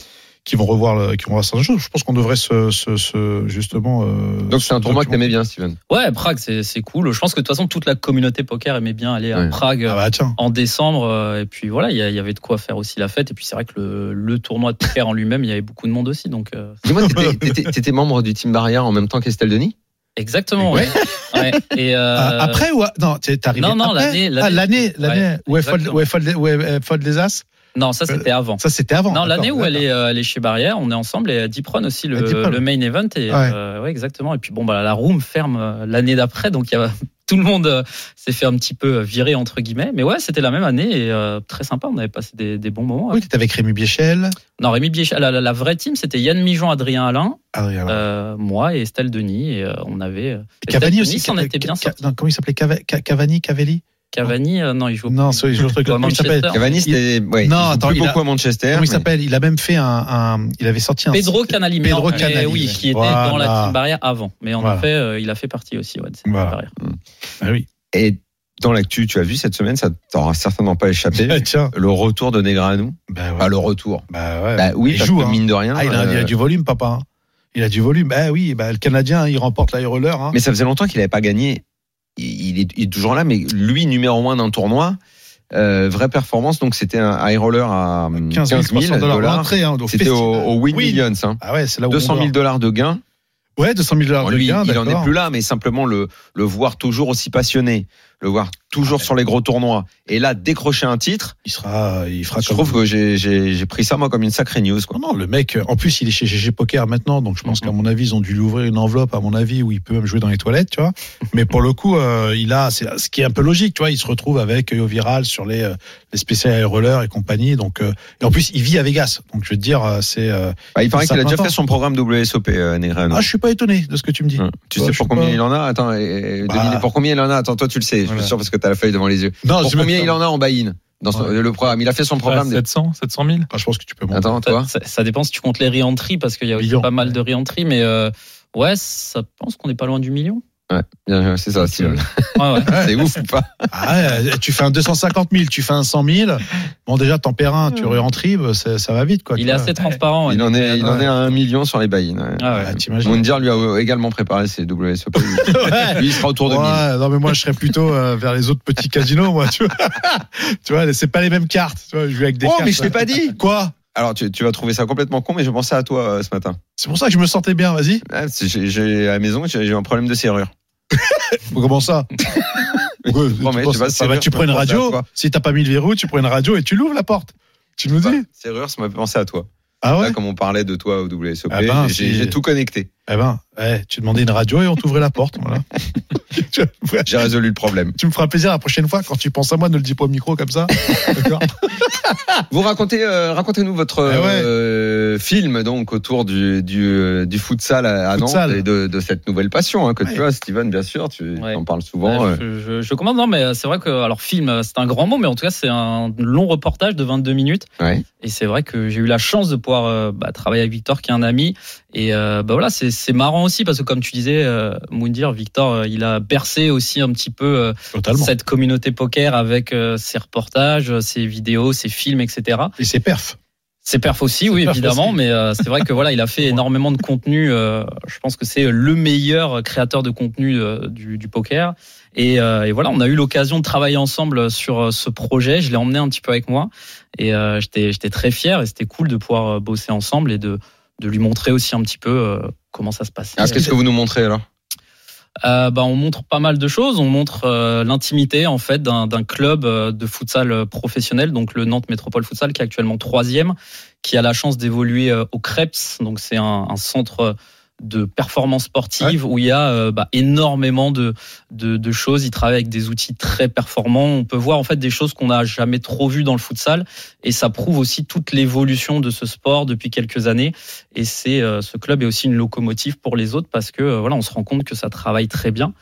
S4: qu'ils vont revoir, le- qu'ils vont revoir certaines choses. Je pense qu'on devrait se, se- se- justement. euh,
S1: Donc c'est un
S4: se
S1: tournoi que
S4: documenter.
S1: t'aimais bien, Steven.
S3: Ouais, Prague, c'est c'est cool. Je pense que de toute façon, toute la communauté poker aimait bien aller à
S1: Ouais.
S3: Prague.
S4: Ah bah tiens.
S3: En décembre, euh, et puis voilà, il y, a- il y avait de quoi faire aussi la fête. Et puis c'est vrai que le, le tournoi de poker en lui-même, il y avait beaucoup de monde aussi. Donc euh,
S1: Dis-moi, t'étais- t'étais t'étais membre du Team Barrière en même temps qu'Estelle Denis
S3: exactement. Ouais. Ouais. Et euh,
S4: Ah, après ou à- non t'es t'es arrivé
S3: non, non,
S4: après
S3: l'année-
S4: ah, l'année
S3: l'année-
S4: l'année Euh,
S3: ouais,
S4: ouais, fold,
S3: exactement.
S4: ouais, fold, ouais, euh, fold les as
S3: non, ça c'était avant.
S4: ça c'était avant
S3: Non,
S4: d'accord,
S3: l'année où elle
S4: d'accord.
S3: est, euh, elle est chez Barrière, on est ensemble et à Dipron aussi le,
S4: À Dipron.
S3: le main event et
S4: Ouais.
S3: euh, ouais, exactement. Et puis bon bah la room ferme euh, l'année d'après, donc il y a tout le monde euh, s'est fait un petit peu euh, virer entre guillemets. Mais ouais, c'était la même année et euh, très sympa. On avait passé des, des bons moments.
S4: oui t'étais avec Rémi Biéchel
S3: Non, Rémi Biécha, la, la- la vraie team, c'était Yann Mijon, Adrien Alain,
S4: Adrien
S3: euh, moi et Estelle Denis. Et euh, on avait euh,
S4: Cavani
S3: Denis
S4: aussi
S3: s'en
S4: Ca-
S3: était bien
S4: Ca-
S3: sorti.
S4: non, comment il s'appelait Cava- Ca- Cavani Cavelli
S3: Cavani, euh, non, il joue. au-
S2: Non, c'est- il joue au truc-
S3: Ou à
S2: comment il s'appelle
S3: Manchester.
S1: Cavani, c'était. Ouais,
S2: Non,
S1: il joue
S2: attends,
S1: plus
S2: il a-
S1: beaucoup à Manchester.
S2: Comment il
S1: mais-
S2: s'appelle Il a même fait un, un- il avait sorti un
S3: Pedro
S2: site-
S3: Canali, mais
S2: Pedro
S3: en- mais
S2: Canali,
S3: oui, qui était
S2: voilà.
S3: dans la Team Barrière avant. Mais en
S2: Voilà.
S3: effet, euh, il a fait partie aussi ouais, de cette
S2: Voilà.
S3: Barrière.
S2: Ah oui.
S1: Et dans l'actu, tu as vu cette semaine, ça t'aura certainement pas échappé.
S2: Ah, tiens.
S1: le retour de Negranou.
S2: Bah, ouais.
S1: Enfin, le retour.
S2: Bah, ouais.
S1: Bah oui,
S2: Il
S1: parce
S2: joue,
S1: que
S2: hein.
S1: mine de rien.
S2: Ah, il, a,
S1: euh,
S2: il a du volume, papa. hein. Il a du volume. Bah oui, bah, le Canadien, il remporte l'aéroleur. Hein.
S1: Mais ça faisait longtemps qu'il n'avait pas gagné. Il il est, il est toujours là, mais lui, numéro un d'un tournoi, euh, vraie performance. Donc, c'était un high roller à hum,
S2: 15 300 dollars l'entrée. Hein, donc
S1: C'était au,
S2: festival.
S1: au Win
S2: Oui.
S1: Millions. hein.
S2: Ah ouais, c'est là où on
S1: 200 000
S2: doit.
S1: dollars de gains.
S2: Ouais, 200 000 dollars
S1: Bon,
S2: de
S1: lui,
S2: gain,
S1: il en est
S2: d'accord.
S1: plus là, mais simplement le, le voir toujours aussi passionné, le voir toujours
S2: Ah,
S1: sur les gros tournois, et là décrocher un titre.
S2: Il sera, il fera
S1: Je
S2: comme-
S1: trouve que j'ai- j'ai j'ai pris ça moi comme une sacrée news. Quoi.
S2: Oh Non, non, le mec, euh, en plus, il est chez GG Poker maintenant, donc je pense
S1: Mhm.
S2: qu'à mon avis, ils ont dû lui ouvrir une enveloppe, à mon avis, où il peut même jouer dans les toilettes, tu vois. Mais pour le coup, euh, il a, c'est ce qui est un peu logique, tu vois, il se retrouve avec Yo Viral sur les, euh, les spéciales aéroleurs et compagnie, donc, euh, et en plus, il vit à Vegas, donc je veux te dire, euh, c'est, euh,
S1: Bah, il paraît
S2: Ça
S1: qu'il a déjà
S2: m'attend.
S1: fait son programme WSOP, euh, Negreanu.
S2: ah, je suis pas étonné de ce que tu me dis.
S1: Ouais. Tu
S2: Ouais,
S1: sais
S2: Hein. Bah, je
S1: pour
S2: sais
S1: combien
S2: pas.
S1: il en a Attends, et- et
S2: Bah.
S1: devinez pour combien il en a Attends, toi tu le sais, je
S2: Voilà.
S1: suis sûr parce que tu as la feuille devant les yeux.
S2: Non,
S1: pour
S2: je me-
S1: combien il en a en buy-in dans son-
S2: Ouais.
S1: le programme Il a fait son programme. des-
S4: 700, 700 000
S2: Ah, je pense que tu peux monter.
S1: Attends, toi
S3: Ça, ça dépend si tu comptes les re-entries, parce qu'il y a aussi
S2: Million.
S3: pas mal de re-entries, mais euh, ouais, ça je pense qu'on est pas loin du million.
S1: Bien joué, C'est ça, Steven.
S3: Ouais, ouais.
S1: C'est ouf ou pas
S2: Ah, ouais, tu fais un 250 000, tu fais un 100 000. Bon, déjà, t'en perds un, tu en tribe, ça, ça va vite, quoi.
S3: Il
S2: tu
S3: est
S2: vois.
S3: assez transparent. ouais.
S1: Il en est, il en
S2: Ouais.
S1: est à 1 million sur les buy-in. ouais.
S3: Ah ouais.
S2: Ouais, t'imagines.
S1: Mundir lui a également préparé ses WSOP.
S2: Ouais.
S1: Lui, il sera autour de 1000.
S2: Ouais, non mais moi je serais plutôt euh, vers les autres petits casinos moi tu vois tu vois c'est pas les mêmes cartes tu vois je joue avec des
S1: Oh,
S2: cartes
S1: mais je t'ai pas dit
S2: quoi
S1: Alors, tu, tu vas trouver ça complètement con, mais je pensais à toi euh, ce matin.
S2: c'est pour ça que je me sentais bien vas-y
S1: Ah, c'est- j'ai- j'ai- à la maison, j'ai j'ai eu un problème de serrure.
S2: comment ça Pourquoi tu,
S1: promets,
S2: penses-
S1: tu vas-
S2: Ah,
S1: c'est
S2: bah,
S1: vrai,
S2: tu prends une
S1: je pense à
S2: radio
S1: toi.
S2: si t'as pas mis le verrou tu prends une radio et tu l'ouvres la porte tu nous
S1: Bah,
S2: dis
S1: serrure, ça m'a fait penser à toi.
S2: ah
S1: Là,
S2: ouais
S1: comme on parlait de toi au WSOP,
S2: Ah ben,
S1: j'ai-
S2: si.
S1: j'ai tout connecté.
S2: eh ben ouais, tu demandais une radio et on t'ouvrait la porte voilà Tu vois,
S1: J'ai résolu le problème.
S2: tu me feras plaisir la prochaine fois quand tu penses à moi ne le dis pas au micro comme ça d'accord
S1: Vous racontez, euh, racontez-nous votre
S2: Eh ouais.
S1: euh, film donc autour du du, euh, du futsal à à Nantes
S2: Futsal.
S1: et de, de cette nouvelle passion hein, que
S2: Ouais.
S1: tu as, Steven, bien sûr. Tu
S3: Ouais.
S1: en parles souvent.
S3: Ouais,
S1: euh.
S3: je, je- je commande, non, mais c'est vrai que, alors, film, euh, c'est un grand mot, mais en tout cas, c'est un long reportage de 22 minutes.
S1: euh, Ouais.
S3: Et c'est vrai que j'ai eu la chance de pouvoir euh, bah, travailler avec Victor, qui est un ami. Et euh, bah, voilà, c'est c'est marrant aussi, parce que comme tu disais, euh, Moundir, Victor, euh, il a bercé aussi un petit peu euh,
S2: totalement
S3: cette communauté poker avec euh, ses reportages, euh, ses vidéos, ses films, etc.
S2: et c'est perf
S3: C'est perf aussi, oui,
S2: perf
S3: évidemment,
S2: aussi.
S3: mais euh, c'est vrai que voilà, il a fait énormément de contenu. euh, je pense que c'est le meilleur créateur de contenu euh, du, du poker. Et, euh, et voilà, on a eu l'occasion de travailler ensemble sur euh, ce projet. Je l'ai emmené un petit peu avec moi et euh, j'étais j'étais très fier et c'était cool de pouvoir euh, bosser ensemble et de de lui montrer aussi un petit peu euh, comment ça se passait.
S1: Ah, Qu'est-ce que vous nous montrez alors
S3: Euh, bah, on montre pas mal de choses. On montre euh, l'intimité en fait d'un d'un club euh, de futsal professionnel, donc le Nantes Métropole Futsal, qui est actuellement troisième, qui a la chance d'évoluer euh, au Krebs. Donc c'est un, un centre de performance sportive où il y a euh, bah, énormément de, de, de choses. Ils travaillent avec des outils très performants. On peut voir en fait des choses qu'on n'a jamais trop vues dans le futsal et ça prouve aussi toute l'évolution de ce sport depuis quelques années. Et c'est euh, ce club est aussi une locomotive pour les autres parce que euh, voilà, on se rend compte que ça travaille très bien.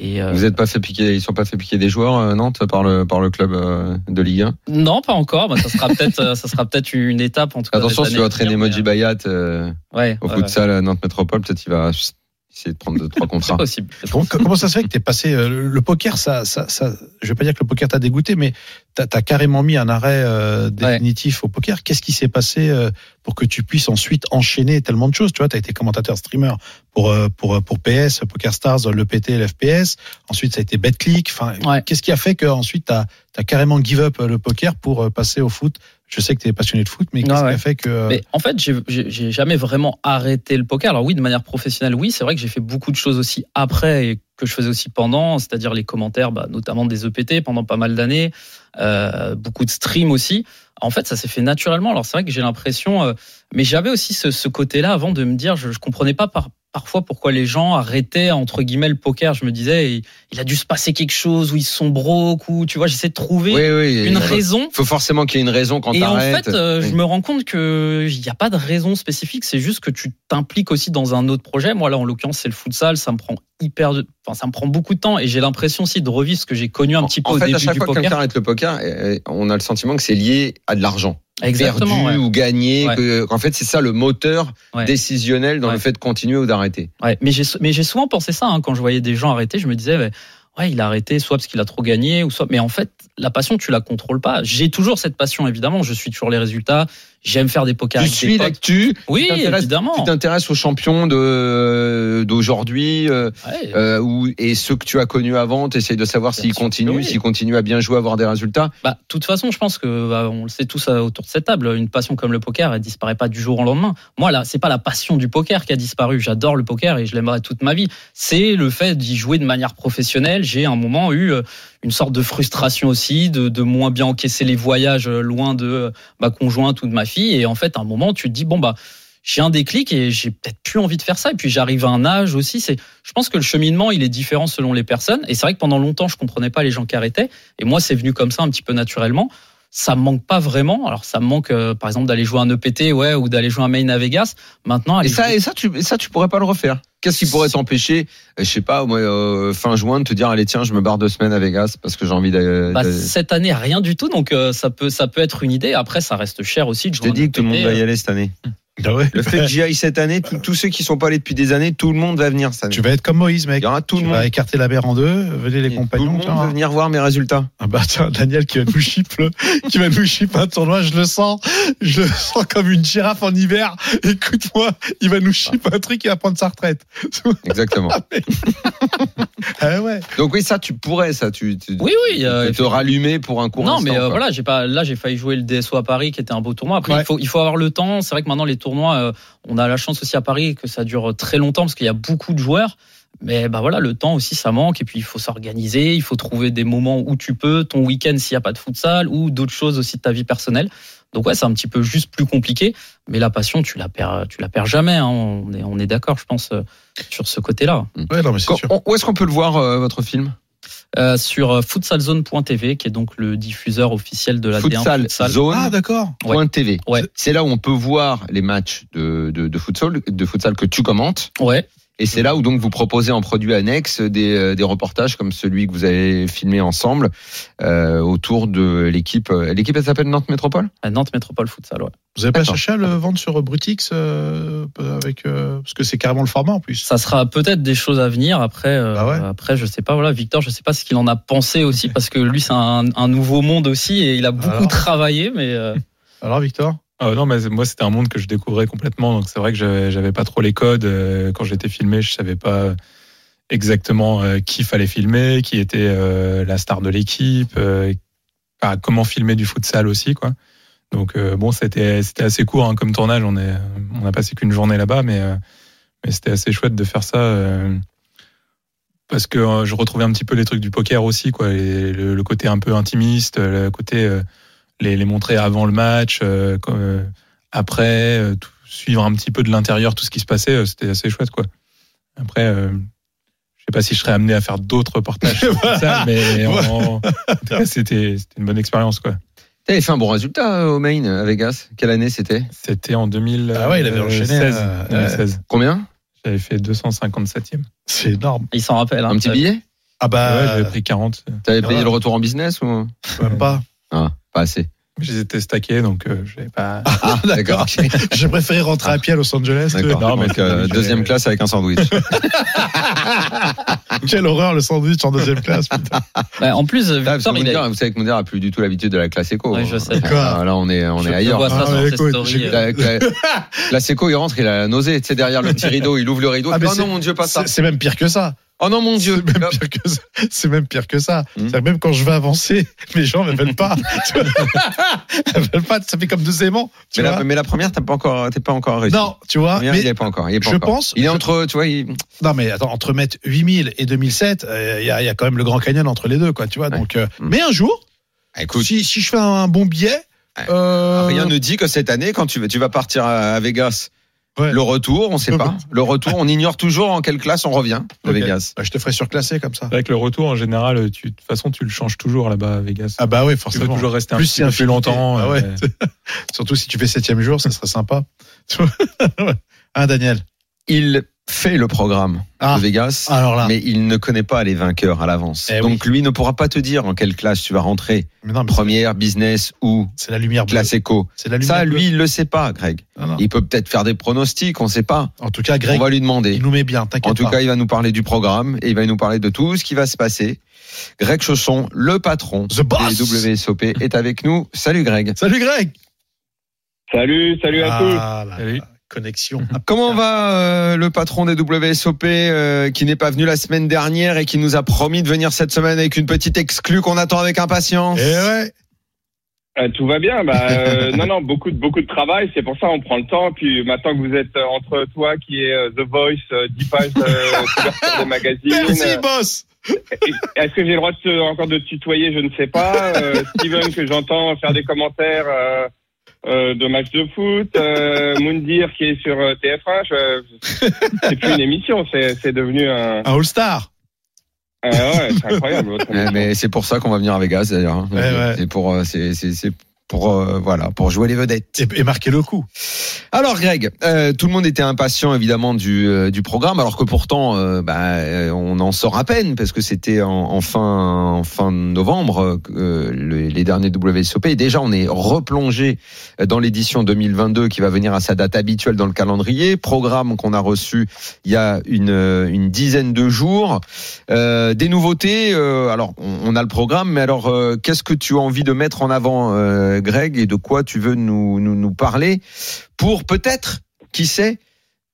S3: Et euh,
S1: Vous êtes pas fait piquer, ils sont pas fait piquer des joueurs euh, Nantes par le par le club euh, de Ligue 1.
S3: non, pas encore. Bah, ça sera peut-être, euh, ça sera peut-être une étape en tout cas.
S1: Attention,
S3: des
S1: si tu
S3: années
S1: vas
S3: à
S1: traîner
S3: venir,
S1: Moji
S3: mais,
S1: Bayat euh,
S3: euh, ouais,
S1: au
S3: ouais, ouais.
S1: futsal à Nantes Métropole, peut-être il va pss, essayer de prendre deux trois
S3: c'est
S1: contrats.
S3: possible. c'est
S2: Comment, comment ça se fait que t'es passé euh, le, le poker ça, ça, ça je vais pas dire que le poker t'a dégoûté mais t'as as carrément mis un arrêt euh, définitif au poker qu'est-ce qui s'est passé euh, pour que tu puisses ensuite enchaîner tellement de choses tu vois t'as été commentateur streamer pour euh, pour euh, pour PS Poker Stars le PT le FPS ensuite ça a été BetClick enfin
S3: Ouais.
S2: qu'est-ce qui a fait que ensuite t'as as carrément give up euh, le poker pour euh, passer au foot je sais que t'es passionné de foot mais
S3: Ouais,
S2: qu'est-ce qui
S3: ouais.
S2: a fait que euh,
S3: Mais en fait, j'ai- j'ai j'ai jamais vraiment arrêté le poker. Alors oui, de manière professionnelle, oui, c'est vrai que j'ai fait beaucoup de choses aussi après et que je faisais aussi pendant, c'est-à-dire les commentaires, bah, notamment des EPT pendant pas mal d'années, euh, beaucoup de streams aussi. En fait, ça s'est fait naturellement. Alors c'est vrai que j'ai l'impression, euh, mais j'avais aussi ce, ce côté-là avant de me dire, je, je comprenais pas par- parfois pourquoi les gens arrêtaient entre guillemets le poker. Je me disais, il, il a dû se passer quelque chose ou ils sont broke ou tu vois, j'essaie de trouver
S1: Oui, oui.
S3: une
S1: il faut-
S3: raison
S1: faut forcément qu'il y ait une raison quand
S3: et en
S1: t'arrêtes.
S3: fait, euh,
S1: Oui.
S3: je me rends compte que il n'y a pas de raison spécifique. C'est juste que tu t'impliques aussi dans un autre projet. Moi, là, en l'occurrence, c'est le futsal. Ça me prend hyper de- Enfin, ça me prend beaucoup de temps et j'ai l'impression aussi de revivre ce que j'ai connu un petit peu
S1: en
S3: au
S1: fait,
S3: début
S1: à chaque
S3: du
S1: fois que quelqu'un
S3: poker.
S1: arrête le poker, eh, eh, on a le sentiment que c'est lié à de l'argent.
S3: Exactement.
S1: Perdu
S3: ouais.
S1: ou gagné.
S3: Ouais.
S1: que- qu'en fait, c'est ça le moteur
S3: Ouais.
S1: décisionnel dans
S3: Ouais.
S1: le fait de continuer ou d'arrêter.
S3: Ouais, mais j'ai mais j'ai souvent pensé ça hein, quand je voyais des gens arrêter, je me disais ouais, ouais, il a arrêté soit parce qu'il a trop gagné ou soit mais en fait, la passion tu la contrôles pas. J'ai toujours cette passion évidemment, je suis toujours les résultats, j'aime faire des pokers
S1: Tu
S3: avec des
S1: suis
S3: potes.
S1: l'actu,
S3: Oui,
S1: tu t'intéresses- tu
S3: évidemment.
S1: t'intéresses aux champions de d'aujourd'hui euh,
S3: Ouais,
S1: euh, ou- et ceux que tu as connus avant, tu essayes de savoir
S3: Bien
S1: s'ils
S3: sûr que
S1: continuent,
S3: oui.
S1: s'ils continuent à bien jouer, à avoir des résultats.
S3: Bah, de toute façon, je pense que bah, on le sait tous euh, autour de cette table, une passion comme le poker, elle disparaît pas du jour au lendemain. Moi, là, c'est pas la passion du poker qui a disparu. J'adore le poker et je l'aimerai toute ma vie. C'est le fait d'y jouer de manière professionnelle. J'ai à un moment eu euh, une sorte de frustration aussi, de, de moins bien encaisser les voyages euh, loin de euh, ma conjointe ou de ma fille. Et en fait, à un moment, tu te dis bon bah j'ai un déclic et j'ai peut-être plus envie de faire ça. Et puis j'arrive à un âge aussi. C'est, je pense que le cheminement il est différent selon les personnes. Et c'est vrai que pendant longtemps je comprenais pas les gens qui arrêtaient. Et moi, c'est venu comme ça un petit peu naturellement. Ça me manque pas vraiment. Alors, ça me manque, euh, par exemple, d'aller jouer un EPT, ouais, ou d'aller jouer un main à Vegas. Maintenant,
S1: Et
S3: aller
S1: ça,
S3: jouer-
S1: et ça, tu, et ça, tu pourrais pas le refaire. Qu'est-ce qui pourrait t'empêcher, euh, je sais pas, moi, euh, fin juin, de te dire, allez, tiens, je me barre deux semaines à Vegas parce que j'ai envie d'aller.
S3: bah,
S1: d'aller-
S3: cette année, rien du tout. Donc, euh, ça peut, ça peut être une idée. Après, ça reste cher aussi. De
S1: je
S3: jouer
S1: te
S3: un
S1: dis que tout le
S3: EPT,
S1: monde va y
S3: euh,
S1: aller cette année.
S2: Ah ouais.
S1: Le fait que j'y aille cette année, tous- tous ceux qui sont pas allés depuis des années, tout le monde va venir cette année.
S2: Tu vas être comme Moïse,
S1: Il
S2: mec.
S1: y aura tout
S2: tu
S1: le
S2: vas
S1: monde.
S2: écarter la mer en deux, venez les
S1: Et
S2: compagnons.
S1: tout le monde
S2: tiens.
S1: va venir voir mes résultats.
S2: Ah bah tiens, Daniel qui va nous chip le- qui va nous chip un tournoi, je le sens, je le sens comme une girafe en hiver. Écoute-moi, il va nous chip un truc, il va prendre sa retraite.
S1: Exactement.
S2: Ah ouais.
S1: Donc oui, ça, tu pourrais, ça, tu, tu
S3: Oui, oui.
S1: tu
S3: euh,
S1: peux te rallumer pour un court
S3: non,
S1: instant,
S3: mais euh,
S1: quoi.
S3: voilà, j'ai pas. Là, j'ai failli jouer le DSO à Paris, qui était un beau tournoi. Après,
S2: Ouais.
S3: il faut, il faut avoir le temps. C'est vrai que maintenant les tournois, euh, on a la chance aussi à Paris que ça dure euh, très longtemps parce qu'il y a beaucoup de joueurs. Mais bah voilà, le temps aussi, ça manque. Et puis il faut s'organiser, il faut trouver des moments où tu peux, ton week-end s'il n'y a pas de futsal ou d'autres choses aussi de ta vie personnelle. Donc ouais, c'est un petit peu juste plus compliqué. Mais la passion, tu la perds, tu la perds jamais. hein. On est, on est d'accord, je pense, euh, sur ce côté-là.
S2: Ouais, non, mais c'est
S1: Quand-
S2: sûr.
S1: on- où est-ce qu'on peut le voir, euh, votre film
S3: Euh, sur euh, futsalzone.tv, qui est donc le diffuseur officiel de la D1
S1: Futsal
S3: futsal.
S1: Zone.
S2: Ah d'accord.
S3: Ouais.
S1: Point TV.
S3: Ouais.
S1: C'est là où on peut voir les matchs de, de, de futsal, de futsal que tu commentes.
S3: Ouais.
S1: Et
S3: Mm.
S1: c'est là où donc vous proposez en produit annexe des, euh, des reportages comme celui que vous avez filmé ensemble euh, autour de l'équipe. euh, L'équipe elle s'appelle Nantes Métropole.
S3: À Nantes Métropole Futsal, ouais.
S2: Vous avez pas
S1: Attends.
S2: cherché à le vendre sur Brutix euh, avec euh, parce que c'est carrément le format en plus.
S3: Ça sera peut-être des choses à venir après. euh,
S2: Ah ouais
S3: après, je sais pas. Voilà, Victor, je sais pas ce qu'il en a pensé aussi parce que lui, c'est un, un nouveau monde aussi et il a beaucoup
S2: Alors
S3: travaillé, mais euh,
S2: Alors Victor,
S4: Ah non, mais c'est- moi c'était un monde que je découvrais complètement, donc c'est vrai que j'avais- j'avais pas trop les codes. euh, Quand j'étais filmé, je savais pas exactement euh, qui fallait filmer, qui était euh, la star de l'équipe, euh, ah, comment filmer du futsal aussi, quoi. Donc euh, bon, c'était c'était assez court hein, comme tournage. On est on a passé qu'une journée là-bas, mais euh, mais c'était assez chouette de faire ça. euh, parce que euh, je retrouvais un petit peu les trucs du poker aussi, quoi, et le, le côté un peu intimiste, le côté euh, les, les montrer avant le match, euh, quand- euh, après, euh, tout- suivre un petit peu de l'intérieur tout ce qui se passait, euh, c'était assez chouette, quoi. Après, euh, je sais pas si je serais amené à faire d'autres reportages, sur ça, mais en, en tout cas, c'était c'était une bonne expérience, quoi.
S1: Tu fait un bon résultat euh, au Maine à Vegas. Quelle année c'était
S4: C'était en 2016.
S2: Ah ouais, il avait enchaîné, euh,
S4: 2016.
S1: Combien
S4: J'avais fait 257e.
S2: c'est énorme.
S3: il s'en rappelle. hein.
S1: Un petit billet
S2: Ah
S4: ouais,
S2: bah
S4: j'avais pris 40.
S1: T'avais
S2: ça
S1: payé
S2: va.
S1: le retour en business ou
S2: même pas.
S1: ah, Pas assez.
S4: Je les étais stackés, donc euh, je n'avais pas.
S1: Ah, d'accord. ok.
S2: J'ai préféré rentrer à pied à Los Angeles. que-
S1: D'accord.
S4: Non, mais
S1: Donc,
S4: c'est-
S1: euh,
S4: j'ai-
S1: deuxième classe avec un sandwich. Ah,
S2: Quelle horreur le sandwich en deuxième classe. putain.
S3: Bah, en plus,
S1: Ah, parce que
S3: Victor, il
S1: Mounir,
S3: a-
S1: vous savez que Mounir a plus du tout l'habitude de la classe éco.
S3: Ouais, je sais.
S1: Ah, Là, on est, on
S3: je
S1: est
S3: te
S1: ailleurs.
S3: vois ça
S2: Ah,
S3: sur
S2: mais
S3: ses
S2: écoute,
S3: stories,
S2: j'ai-
S3: euh.
S1: La, la, la Seco, il rentre, il a la nausée. Tu sais, derrière le petit rideau, il ouvre le rideau.
S2: Ah, mais
S1: oh
S2: c'est-
S1: non, mon Dieu, pas ça.
S2: C'est- C'est même pire que ça.
S1: Oh non, mon Dieu.
S2: C'est même pire que ça. C'est même pire que ça.
S1: Mhm.
S2: C'est-à-dire que Même quand je vais avancer, mes gens ne veulent pas. Tu vois Elles veulent pas. Ça fait comme deux aimants. Tu
S1: Mais
S2: vois
S1: la, mais la première, t'as pas encore, t'es pas encore réussi.
S2: non, tu vois.
S1: La première,
S2: mais-
S1: il est pas encore. Il est pas
S2: je
S1: encore.
S2: pense-
S1: Il est
S2: je-
S1: entre, tu vois, il-
S2: non, mais attends, entre mettre 8000 et 2007, euh, il y, a- il y a quand même le Grand Canyon entre les deux, quoi. Tu vois.
S1: Ouais.
S2: Donc, euh,
S1: Mhm.
S2: mais un jour,
S1: Ah, écoute,
S2: si, si je fais un bon billet,
S1: Ouais. Ah,
S2: euh,
S1: rien ne dit que cette année, quand tu, vas- tu vas partir à à Vegas,
S2: ouais.
S1: le retour, on sait pas. Le retour, on ignore toujours en quelle classe on revient de
S2: Ok.
S1: Vegas.
S2: Bah, je te ferai surclasser comme ça.
S4: C'est vrai que le retour, en général, tu- de toute façon, tu le changes toujours là-bas à Vegas.
S2: Ah bah oui,
S4: tu veux
S2: forcément.
S4: toujours rester un
S2: Plus
S4: petit peu plus
S2: infinité.
S4: longtemps.
S2: Ah ouais.
S4: euh,
S2: Surtout si tu fais septième jour, ça serait sympa. Tu vois hein, Ah, Daniel
S1: Il fait le programme
S2: Ah.
S1: de Vegas,
S2: Alors là,
S1: mais il ne connaît pas les vainqueurs à l'avance.
S2: Eh oui.
S1: Donc lui ne pourra pas te dire en quelle classe tu vas rentrer,
S2: mais non, mais
S1: première, business ou
S2: c'est la lumière bleue.
S1: classe éco.
S2: C'est la lumière
S1: Ça,
S2: bleue.
S1: lui, il le sait pas, Greg.
S2: Non, non.
S1: Il peut peut-être faire des pronostics, on sait pas.
S2: En tout cas,
S1: On
S2: Ah. Greg,
S1: va lui demander.
S2: il nous met bien, t'inquiète
S1: En tout
S2: pas.
S1: cas, il va nous parler du programme et il va nous parler de tout ce qui va se passer. Greg Chausson, le patron
S2: The boss
S1: des WSOP, est avec nous. Salut Greg.
S2: Salut Greg
S6: Salut, salut à tous.
S2: Ah là
S4: Salut.
S2: là, Connexion.
S1: Comment va euh, le patron des WSOP euh, qui n'est pas venu la semaine dernière et qui nous a promis de venir cette semaine avec une petite exclue qu'on attend avec impatience
S2: Eh ouais
S6: Euh, tout va bien. Bah, euh, non, non, beaucoup, de- beaucoup de travail. C'est pour ça on prend le temps. Puis maintenant que vous êtes euh, entre toi qui est euh, The Voice, euh, 10 pages euh, couverture des magazines.
S2: Merci, boss
S6: Et- Est-ce que j'ai le droit de te- encore de te tutoyer Je ne sais pas. Euh, Steven, que j'entends faire des commentaires euh, euh, de matchs de foot. Euh, Moundir, qui est sur euh, TF1. je- je- c'est plus une émission, c'est c'est devenu un.
S2: Un All-Star
S6: un- ouais, c'est incroyable. votre
S1: Ouais,
S6: émission.
S1: Mais c'est pour ça qu'on va venir à Vegas d'ailleurs. hein.
S2: Ouais, ouais.
S1: C'est pour, euh, c'est, c'est- c'est pour, euh, voilà, pour jouer les vedettes.
S2: et, et marquer le coup.
S1: Alors Greg, euh, tout le monde était impatient évidemment du, euh, du programme, alors que pourtant euh, bah, euh, on en sort à peine parce que c'était en, en fin en fin novembre euh, que, euh, le- les derniers WSOP. Et déjà on est replongé dans l'édition 2022 qui va venir à sa date habituelle dans le calendrier. Programme qu'on a reçu il y a une, euh, une dizaine de jours. Euh, des nouveautés. euh, alors on, on a le programme, mais alors euh, qu'est-ce que tu as envie de mettre en avant, euh, Greg, et de quoi tu veux nous nous, nous parler? pour peut-être, qui sait,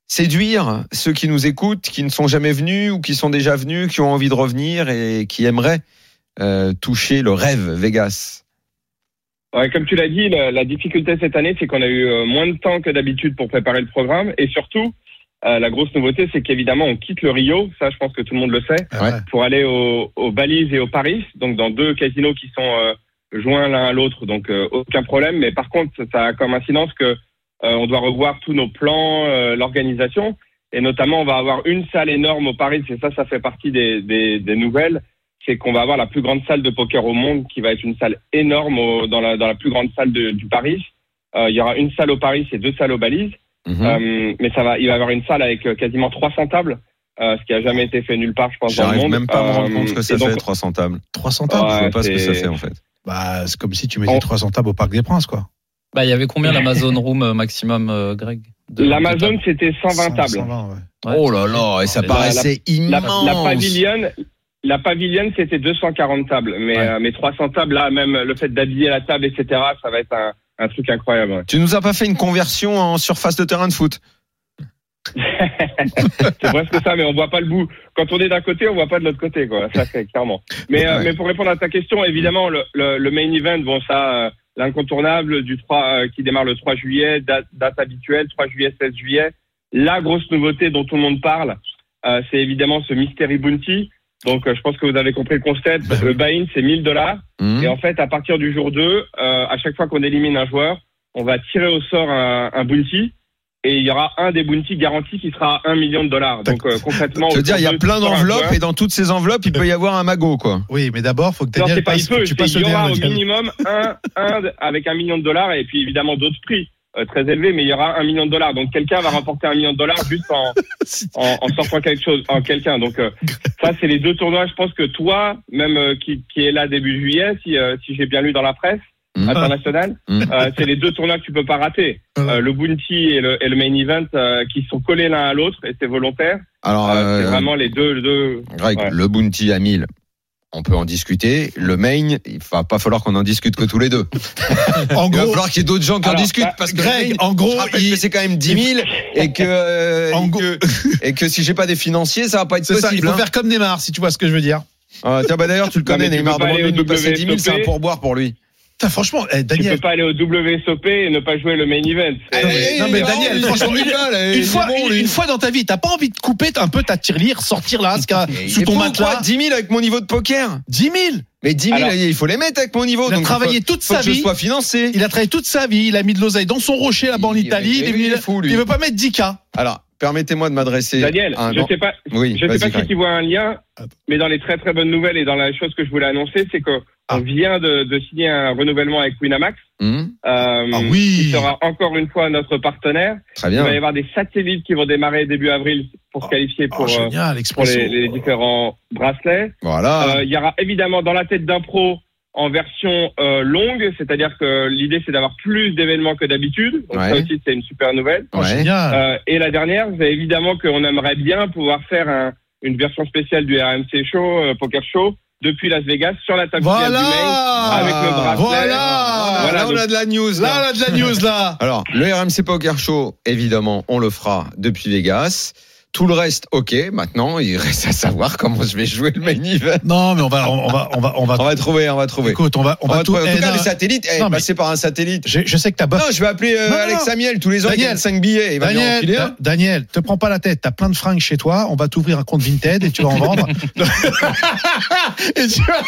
S1: séduire ceux qui nous écoutent, qui ne sont jamais venus ou qui sont déjà venus, qui ont envie de revenir et qui aimeraient euh, toucher le rêve Vegas.
S6: Ouais, comme tu l'as dit, la, la difficulté cette année, c'est qu'on a eu euh, moins de temps que d'habitude pour préparer le programme. Et surtout, euh, la grosse nouveauté, c'est qu'évidemment, on quitte le Rio. Ça, je pense que tout le monde le sait.
S2: Eh
S1: Ouais.
S6: pour aller au, au Balise et au Paris, donc dans deux casinos qui sont euh, joints l'un à l'autre, donc euh, aucun problème. Mais par contre, ça a comme incidence que euh, on doit revoir tous nos plans, euh, l'organisation, et notamment on va avoir une salle énorme au Paris. Et ça, ça fait partie des, des, des nouvelles, c'est qu'on va avoir la plus grande salle de poker au monde, qui va être une salle énorme au- dans, la, dans la plus grande salle de- du Paris. Euh, il y aura une salle au Paris et deux salles au Balise.
S1: Mhm.
S6: Euh, mais ça va, il va y avoir une salle avec euh, quasiment 300 tables, euh, ce qui a jamais été fait nulle part, je pense, dans le
S1: J'arrive
S6: monde.
S1: même pas à me rendre
S6: Euh,
S1: compte que
S6: et
S1: ça
S6: donc,
S1: fait 300 tables.
S2: 300 tables
S1: Je
S6: Ouais,
S1: sais pas ce que ça
S6: c'est-
S1: fait en fait.
S2: Bah, c'est comme si tu mettais
S6: On-
S2: 300 tables au Parc des Princes, quoi.
S3: Bah, il y avait combien l'Amazon Room euh, maximum, euh, Greg De-
S6: L'Amazon, c'était 120
S2: 100,
S6: tables.
S2: 120, ouais.
S3: Ouais.
S1: Oh là là, et ça
S3: La-
S1: paraissait
S6: La,
S1: immense.
S6: la pavilion, la pavilion, c'était 240 tables. Mais,
S3: Ouais.
S6: euh, mais 300 tables, là, même le fait d'habiller la table, etc., ça va être un, un truc incroyable. ouais.
S1: tu nous as pas fait une conversion en surface de terrain de foot.
S6: C'est presque ça, mais on voit pas le bout. Quand on est d'un côté, on voit pas de l'autre côté, quoi. Ça, c'est clairement. Mais, euh,
S1: Ouais.
S6: mais pour répondre à ta question, évidemment, le, le, le main event, bon, ça, euh, l'incontournable du 3, euh, qui démarre le 3 juillet, date, date habituelle, 3 juillet, 16 juillet. La grosse nouveauté dont tout le monde parle, euh, c'est évidemment ce Mystery Bounty. Donc, euh, je pense que vous avez compris le concept.
S2: Bah
S6: Le buy-in, c'est 1000 dollars.
S1: Hmm.
S6: Et en fait, à partir du jour 2, euh, à chaque fois qu'on élimine un joueur, on va tirer au sort un, un bounty. Et il y aura un des bounties garantis qui sera à 1 million de dollars. Donc euh, concrètement,
S1: Je veux dire, il y a plein d'enveloppes et dans toutes ces enveloppes, il peut y avoir un magot quoi.
S2: Oui, mais d'abord, faut que
S6: Non,
S2: Daniel
S6: c'est pas
S2: passe,
S6: il peut,
S2: tu
S6: c'est
S2: passes
S6: il y
S2: le
S6: aura au
S2: dernier.
S6: minimum un, un de- avec un million de dollars et puis évidemment d'autres prix euh, très élevés, mais il y aura un million de dollars. Donc quelqu'un va remporter un million de dollars juste en, en, en sortant quelque chose, en quelqu'un. Donc euh, ça, c'est les deux tournois. Je pense que toi, même euh, qui, qui est là début juillet, si, euh, si j'ai bien lu dans la presse
S1: Mhm.
S6: bah, internationale,
S1: Mhm.
S6: euh, c'est les deux tournois que tu peux pas rater.
S1: Ah.
S6: Euh, le bounty et le, et le main event euh, qui sont collés l'un à l'autre et c'est volontaire.
S1: Alors,
S6: Euh,
S1: euh,
S6: c'est vraiment les deux, les deux.
S1: Greg,
S6: Ouais.
S1: le bounty à 1000, on peut en discuter. Le main, il va pas falloir qu'on en discute que tous les deux.
S2: En
S1: Il va
S2: gros,
S1: falloir qu'il y ait d'autres gens qui en
S6: Alors,
S1: discutent
S6: bah,
S1: parce que le
S2: Greg,
S1: main,
S2: en
S1: je
S2: gros,
S1: rappelle
S2: il-
S1: que c'est quand même 10 000 et que, euh,
S2: En
S1: et,
S2: gros-
S1: que et que si j'ai pas des financiers, ça va pas être
S2: c'est
S1: possible.
S2: ça, il faut
S1: hein.
S2: faire comme Neymar, si tu vois ce que je veux dire.
S1: Ah, tiens, bah d'ailleurs, tu le
S6: Non,
S1: connais,
S6: mais tu
S1: Neymar,
S6: peux pas aller
S1: demande-lui de
S6: au
S1: nous passer 10 000, c'est un
S6: WSOP.
S1: pourboire pour lui.
S2: Putain, franchement, eh,
S6: Tu
S2: Daniel,
S6: peux pas aller au WSOP et ne pas jouer le main event. C'est-
S2: non,
S1: Eh,
S2: mais Daniel, franchement, une- une, fois, une, une fois dans ta vie, t'as pas envie de couper un peu ta tirelire, sortir là, ce qu'il y a sous ton matelas.
S1: 10 000 avec mon niveau de poker
S2: 10 000
S1: Mais 10 000,
S6: Alors-
S1: il faut les mettre avec mon niveau.
S2: Il a
S1: donc
S2: travaillé toute
S1: faut, faut
S2: sa
S1: que je
S2: vie.
S1: sois financé.
S2: Il a travaillé toute sa vie, il a mis de l'oseille dans son rocher là-bas en
S1: Il-
S2: Italie.
S1: il-
S2: Il, est venu-
S1: il est fou, lui.
S2: il veut pas mettre 10K.
S1: Alors, permettez-moi de m'adresser.
S6: Daniel,
S1: à un
S6: je
S1: grand-
S6: sais pas,
S1: Ah, Oui,
S6: je
S1: vas-y,
S6: sais pas si
S1: Greg.
S6: tu vois un lien,
S2: Attends.
S6: mais dans les très très bonnes nouvelles et dans la chose que je voulais annoncer, c'est qu'on
S2: Ah.
S6: vient de, de signer un renouvellement avec Winamax,
S1: Hum,
S6: euh,
S2: Ah oui.
S6: qui sera encore une fois notre partenaire.
S1: Très
S6: Il
S1: bien.
S6: va y avoir des satellites qui vont démarrer début avril pour pour se qualifier
S2: Oh,
S6: pour, euh,
S2: génial,
S6: pour
S2: l'expresso.
S6: les, les différents bracelets.
S1: Voilà.
S2: Ah.
S6: Euh, Il y aura évidemment dans la tête d'un pro en version euh, longue, c'est-à-dire que l'idée c'est d'avoir plus d'événements que d'habitude. Donc ça
S1: Ouais.
S6: aussi c'est une super nouvelle.
S2: Oh,
S1: Ouais.
S2: génial.
S6: Euh, et la dernière, c'est évidemment qu'on aimerait bien pouvoir faire un- une version spéciale du RMC Show, euh, Poker Show, depuis Las Vegas sur la table finale
S2: Voilà
S6: du main avec le bracelet.
S1: Ah,
S2: Voilà,
S6: Voilà, donc-
S1: de la news.
S2: Là, là, de la news, là
S1: Alors, le RMC Poker Show, évidemment, on le fera depuis Vegas. Tout le reste, ok. Maintenant, il reste à savoir comment je vais jouer le main event.
S2: Non, mais on va, on va, on va, on va,
S1: On va trouver, on va trouver.
S2: écoute, on va, on,
S1: On
S2: va,
S1: va
S2: tout.
S1: trouver. En tout
S2: eh,
S1: cas,
S2: non,
S1: les satellites, eh,
S2: Non, mais-
S1: passer par un satellite.
S2: je, je sais que t'as
S1: Non,
S2: baf.
S1: je vais appeler euh,
S2: Non, non,
S1: Alex
S2: non.
S1: Samiel. Tous les ans, il
S2: Daniel.
S1: gagne 5 billets. Il va hein. nous en
S2: Daniel,
S1: filer un.
S2: Da- Daniel, te prends pas la tête. T'as plein de fringues chez toi. On va t'ouvrir un compte Vinted et tu vas en vendre. Et tu vas-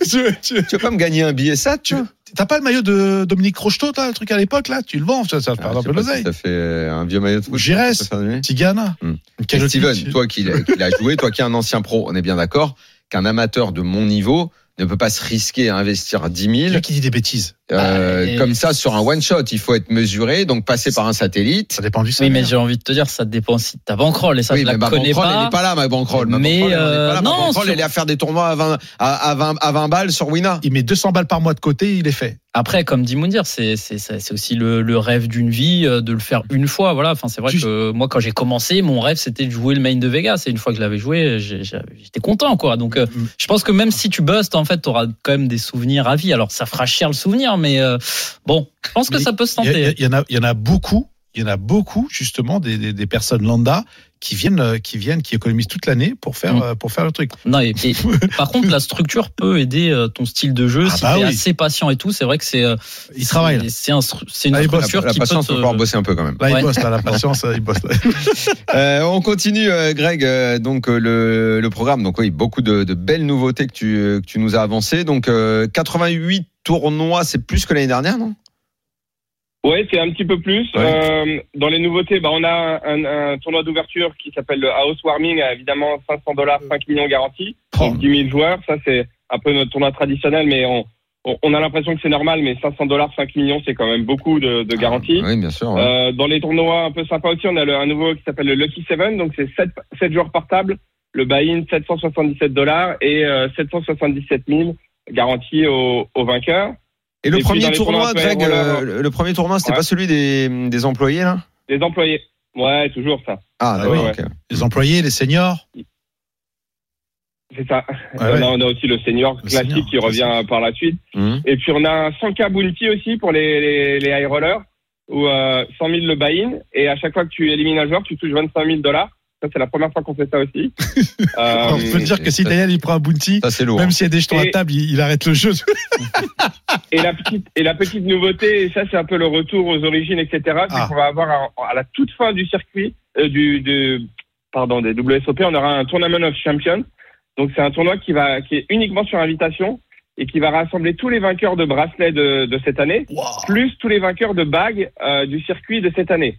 S2: tu- tu-
S1: Tu veux pas me gagner un billet, ça, tu
S2: tu- T'as pas le maillot de Dominique Rocheteau, là, le truc à l'époque, là Tu le vends, ça, ça va
S1: Ah,
S2: faire
S1: je
S2: un
S1: sais
S2: peu
S1: pas si
S2: d'oseille.
S1: Ça fait euh, un vieux maillot de foot.
S2: J'y reste.
S1: Ça fait un demi.
S2: Tigana.
S1: Hmm.
S2: Une
S1: Et
S2: calotte-
S1: Steven, toi qui l'as- qui l'as joué, toi qui es un ancien pro, on est bien d'accord qu'un amateur de mon niveau ne peut pas se risquer à investir 10 000
S2: Lui qui dit des bêtises.
S1: euh,
S3: Bah, et-
S1: comme ça sur un one shot. Il faut être mesuré, donc passer par un satellite.
S2: Ça dépend du
S3: Oui, mais
S2: salaire.
S3: j'ai envie de te dire, ça dépend aussi de ta bankroll et ça,
S1: oui,
S3: je
S1: mais
S3: la
S1: ma
S3: connais
S1: bankroll, elle
S3: pas.
S1: n'est pas là, ma bankroll. Ma
S3: Mais,
S1: bankroll, elle est
S3: euh,
S1: pas là.
S3: non,
S1: ma bankroll,
S3: sur-
S1: elle est à faire des tournois à 20, à, à 20, à 20 balles sur Wina.
S2: Il met 200 balles par mois de côté, il est fait.
S3: Après, comme dit Moundir, c'est c'est- c'est- c'est aussi le, le rêve d'une vie euh, de le faire une fois. Voilà. Enfin, c'est vrai
S2: Tu-
S3: que moi, quand j'ai commencé, mon rêve c'était de jouer le main de Vegas. Et une fois que je l'avais joué, j'ai- j'ai- j'étais content, quoi. Donc, euh,
S2: Mm.
S3: je pense que même si tu bustes, en fait, tu auras quand même des souvenirs à vie. Alors, ça fera cher le souvenir, mais euh, bon, je pense que
S2: Mais
S3: ça peut se
S2: Il y, a-
S3: tenter.
S2: il y en a, il y en a beaucoup. Il y en a beaucoup justement des, des- des personnes lambda qui viennent, euh, qui viennent, qui économisent toute l'année pour faire,
S3: Mm.
S2: euh, pour faire le truc.
S3: Non, et, et- par contre, la structure peut aider euh, ton style de jeu
S2: Ah
S3: si
S2: bah
S3: t'es
S2: oui.
S3: assez patient et tout. C'est vrai que c'est euh,
S2: Ils travaillent. là.
S3: c'est un stru- c'est une
S2: Ah, ils bossent.
S3: structure
S1: La
S3: qui peut
S1: patience, il
S3: te-
S1: faut pouvoir bosser un peu quand même.
S2: Là, ils
S3: Ouais.
S2: bossent, là, la patience, ils bossent. là.
S1: Euh, on continue, euh, Greg. euh, donc euh, le, le programme. Donc oui, beaucoup de, de belles nouveautés que tu, euh, que tu nous as avancées. Donc euh, 88 tournois, c'est plus que l'année dernière, non
S6: Ouais, c'est un petit peu plus.
S1: Ouais.
S6: Euh, dans les nouveautés, bah, on a un, un tournoi d'ouverture qui s'appelle le Housewarming, à évidemment 500 dollars, 5 millions garantis,
S1: Oh.
S6: donc 10 000 joueurs. Ça, c'est un peu notre tournoi traditionnel, mais on, on- on a l'impression que c'est normal, mais 500 dollars, 5 millions, c'est quand même beaucoup de, de garanties.
S1: Oui, bien sûr. Ah, ouais.
S6: Euh, dans les tournois un peu sympas aussi, on a le- un nouveau qui s'appelle le Lucky Seven, donc c'est 7, joueurs portables, le buy-in 777 dollars et euh, 777 000 garantis au, au vainqueur.
S1: Et le
S6: et puis dans
S1: premier
S6: les
S1: tournoi,
S6: tournois, ouais,
S1: Greg,
S6: voilà.
S1: euh, le, le premier tournoi, c'était
S6: Ouais.
S1: pas celui des, des employés là
S6: Les employés. Ouais, toujours ça.
S1: Ah,
S6: oui,
S1: d'accord.
S6: ouais.
S1: ok.
S2: Les employés, les seniors.
S6: C'est ça.
S2: Ouais,
S6: Euh,
S2: Ah ouais.
S6: non, on a aussi le senior
S2: Le
S6: classique
S2: senior,
S6: qui revient
S2: classique.
S6: par la suite.
S1: Mhm.
S6: Et puis on a un 100K bounty aussi pour les, les, les high rollers, où euh, 100 000 le buy-in, et à chaque fois que tu élimines un joueur, tu touches 25 000 dollars. Ça, c'est la première fois qu'on fait ça aussi. Euh,
S2: On peut dire que si Daniel il prend un bounty,
S1: Ça c'est lourd.
S2: même s'il y a des jetons à
S6: Et-
S2: table, il, il arrête le jeu.
S6: et, la petite, et la petite nouveauté, et ça, c'est un peu le retour aux origines, etc., c'est
S2: Ah.
S6: qu'on va avoir à, à la toute fin du circuit, euh, du, du, pardon, des WSOP, on aura un Tournament of Champions. Donc, c'est un tournoi qui, va, qui est uniquement sur invitation et qui va rassembler tous les vainqueurs de bracelets de, de cette année. plus tous les vainqueurs de bagues euh, du circuit de cette année.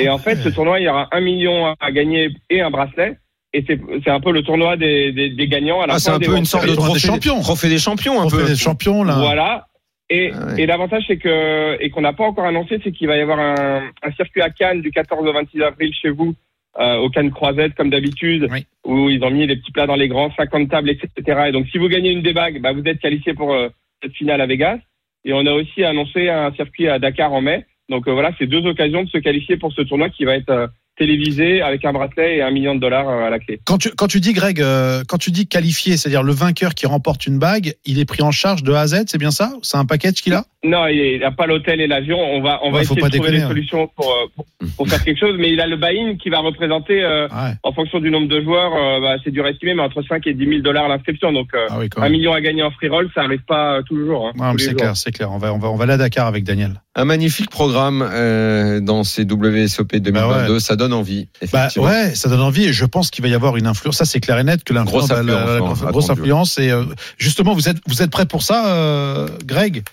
S6: Et en fait, ce tournoi, il y aura un million à gagner et un bracelet. Et c'est c'est un peu le tournoi des, des, des gagnants à la
S1: Ah, c'est
S6: fin
S1: un
S6: des
S1: peu une
S6: World
S1: sorte
S6: Series.
S1: de
S2: Tournoi des
S1: trophée
S2: champions.
S1: Trophée des champions, un
S2: On fait
S1: peu.
S2: des champions là.
S6: Voilà. Et,
S1: Ah ouais.
S6: et l'avantage, c'est que, et qu'on n'a pas encore annoncé, c'est qu'il va y avoir un, un circuit à Cannes du 14 au 26 avril chez vous, euh, au Cannes Croisette, comme d'habitude,
S2: Oui.
S6: où ils ont mis les petits plats dans les grands, 50 tables, etc. Et donc, si vous gagnez une des bagues, bah, vous êtes qualifié pour euh, cette finale à Vegas. Et on a aussi annoncé un circuit à Dakar en mai. Donc, euh, voilà, c'est deux occasions de se qualifier pour ce tournoi qui va être euh, télévisé avec un bracelet et un million de dollars euh, à la clé.
S2: Quand tu, quand tu dis Greg, euh, quand tu dis qualifié, c'est-à-dire le vainqueur qui remporte une bague, il est pris en charge de A à Z, c'est bien ça C'est un package qu'il a
S6: Non, il n'y a pas l'hôtel et l'avion. On va, on va
S2: Ouais, faut
S6: essayer
S2: pas
S6: de trouver
S2: déconner,
S6: des
S2: hein.
S6: solutions pour, euh, pour, pour faire quelque chose. Mais il a le buy-in qui va représenter, euh,
S2: Ah Ouais.
S6: en fonction du nombre de joueurs, euh, bah, c'est dur à estimer, mais entre 5 et 10 000 dollars l'inscription. Donc, euh,
S2: Ah oui, quand
S6: un
S2: même.
S6: million à gagner en free roll, ça n'arrive pas euh, tous les jours. hein,
S2: Ouais, mais
S6: tous les
S2: c'est
S6: jours.
S2: clair, c'est clair. On va, on va, on va aller à Dakar avec Daniel.
S1: Un magnifique programme euh, dans ces WSOP 2022.
S2: Bah
S1: Ça donne envie.
S2: Bah
S1: Effectivement.
S2: ouais, ça donne envie et je pense qu'il va y avoir une influence. Ça c'est clair et net que l'influence,
S1: Grosse
S2: va- la- la- la-
S1: influence,
S2: la-
S1: hein,
S2: grosse
S1: attendue.
S2: influence. Et euh, justement, vous êtes vous êtes prêt pour ça, euh, Greg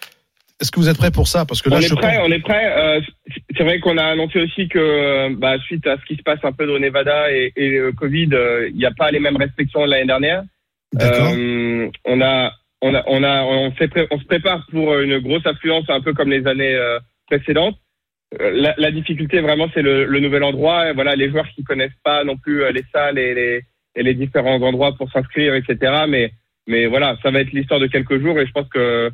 S2: Est-ce que vous êtes prêt pour ça Parce que là,
S6: on
S2: je
S6: est prêt,
S2: pense-
S6: on est prêt. Euh, c'est- c'est vrai qu'on a annoncé aussi que, euh, bah, suite à ce qui se passe un peu dans Nevada et, et le Covid, euh, il n'y a pas les mêmes restrictions de l'année dernière.
S2: D'accord.
S6: Euh, on a, on a, on a, on, s'est pré- on se prépare pour une grosse affluence, un peu comme les années euh, précédentes. euh, la, la difficulté vraiment c'est le, le nouvel endroit. Et voilà, les joueurs qui connaissent pas non plus euh, les salles et les, et les différents endroits pour s'inscrire, etc. Mais mais voilà, ça va être l'histoire de quelques jours et je pense que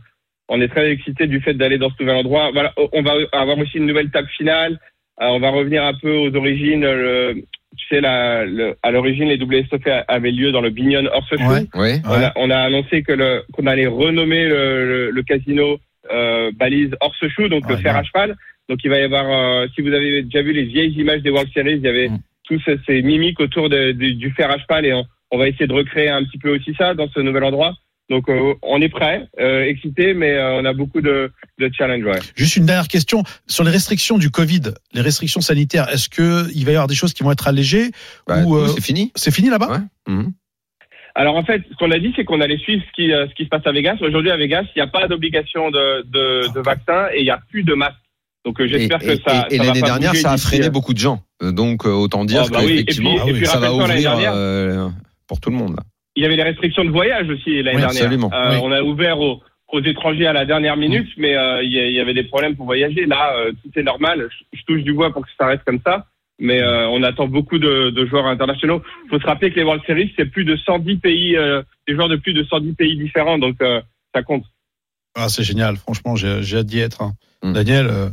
S6: on est très excités du fait d'aller dans ce nouvel endroit. Voilà, o- on va avoir aussi une nouvelle table finale. Euh, on va revenir un peu aux origines. euh, le- tu sais, la, le- à l'origine, les WSOP avaient lieu dans le Bignon Horseshoe.
S2: Ouais.
S1: Oui.
S6: On, a, on a annoncé que le- qu'on allait renommer le, le- le casino euh, balise Horseshoe, donc le
S2: Ouais,
S6: fer
S2: bien.
S6: à cheval. Donc il va y avoir, euh, si vous avez déjà vu les vieilles images des World Series, il y avait
S3: Mm.
S6: tous ces- ces mimiques autour de- de- du fer à cheval et on, on va essayer de recréer un petit peu aussi ça dans ce nouvel endroit. Donc euh, on est prêt, euh, excité, mais euh, on a beaucoup de, de challenges. Ouais.
S2: Juste une dernière question sur les restrictions du Covid, les restrictions sanitaires. Est-ce que il va y avoir des choses qui vont être allégées
S1: Bah,
S2: Ou, euh,
S1: C'est fini.
S2: C'est fini là-bas
S1: Ouais. Mhm.
S6: Alors en fait, ce qu'on a dit, c'est qu'on allait suivre ce qui, euh, ce qui se passe à Vegas. Aujourd'hui à Vegas, il n'y a pas d'obligation de, de, de vaccin et il n'y a plus de masque. Donc euh, j'espère
S1: Et-
S6: que ça.
S1: et- et
S6: ça va
S1: l'année
S6: pas
S1: dernière,
S6: bouger
S1: ça a
S6: d'ici,
S1: freiné
S6: euh,
S1: beaucoup de gens. Euh, Donc, euh, autant dire
S6: Oh, bah
S1: que
S6: oui. Et
S1: effectivement, ah
S6: puis- et puis,
S1: ça va
S6: rappelle-toi, l'année
S1: ouvrir
S6: dernière-
S1: euh, pour tout le monde. là.
S6: Il y avait les restrictions de voyage aussi l'année
S1: Oui, Mm.
S6: dernière.
S1: absolument.
S6: Euh,
S2: Oui.
S6: On a ouvert aux, aux étrangers à la dernière minute, mais euh, il y a- il y avait des problèmes pour voyager. Là, euh, tout est normal. Je, je touche du bois pour que ça reste comme ça. Mais euh, on attend beaucoup de, de joueurs internationaux. Il faut se rappeler que les World Series, c'est plus de 110 pays, euh, des joueurs de plus de 110 pays différents, donc euh, ça compte.
S2: Ah, c'est génial. Franchement, j'ai j'ai hâte d'y être. hein.
S1: Mhm.
S2: Daniel, euh,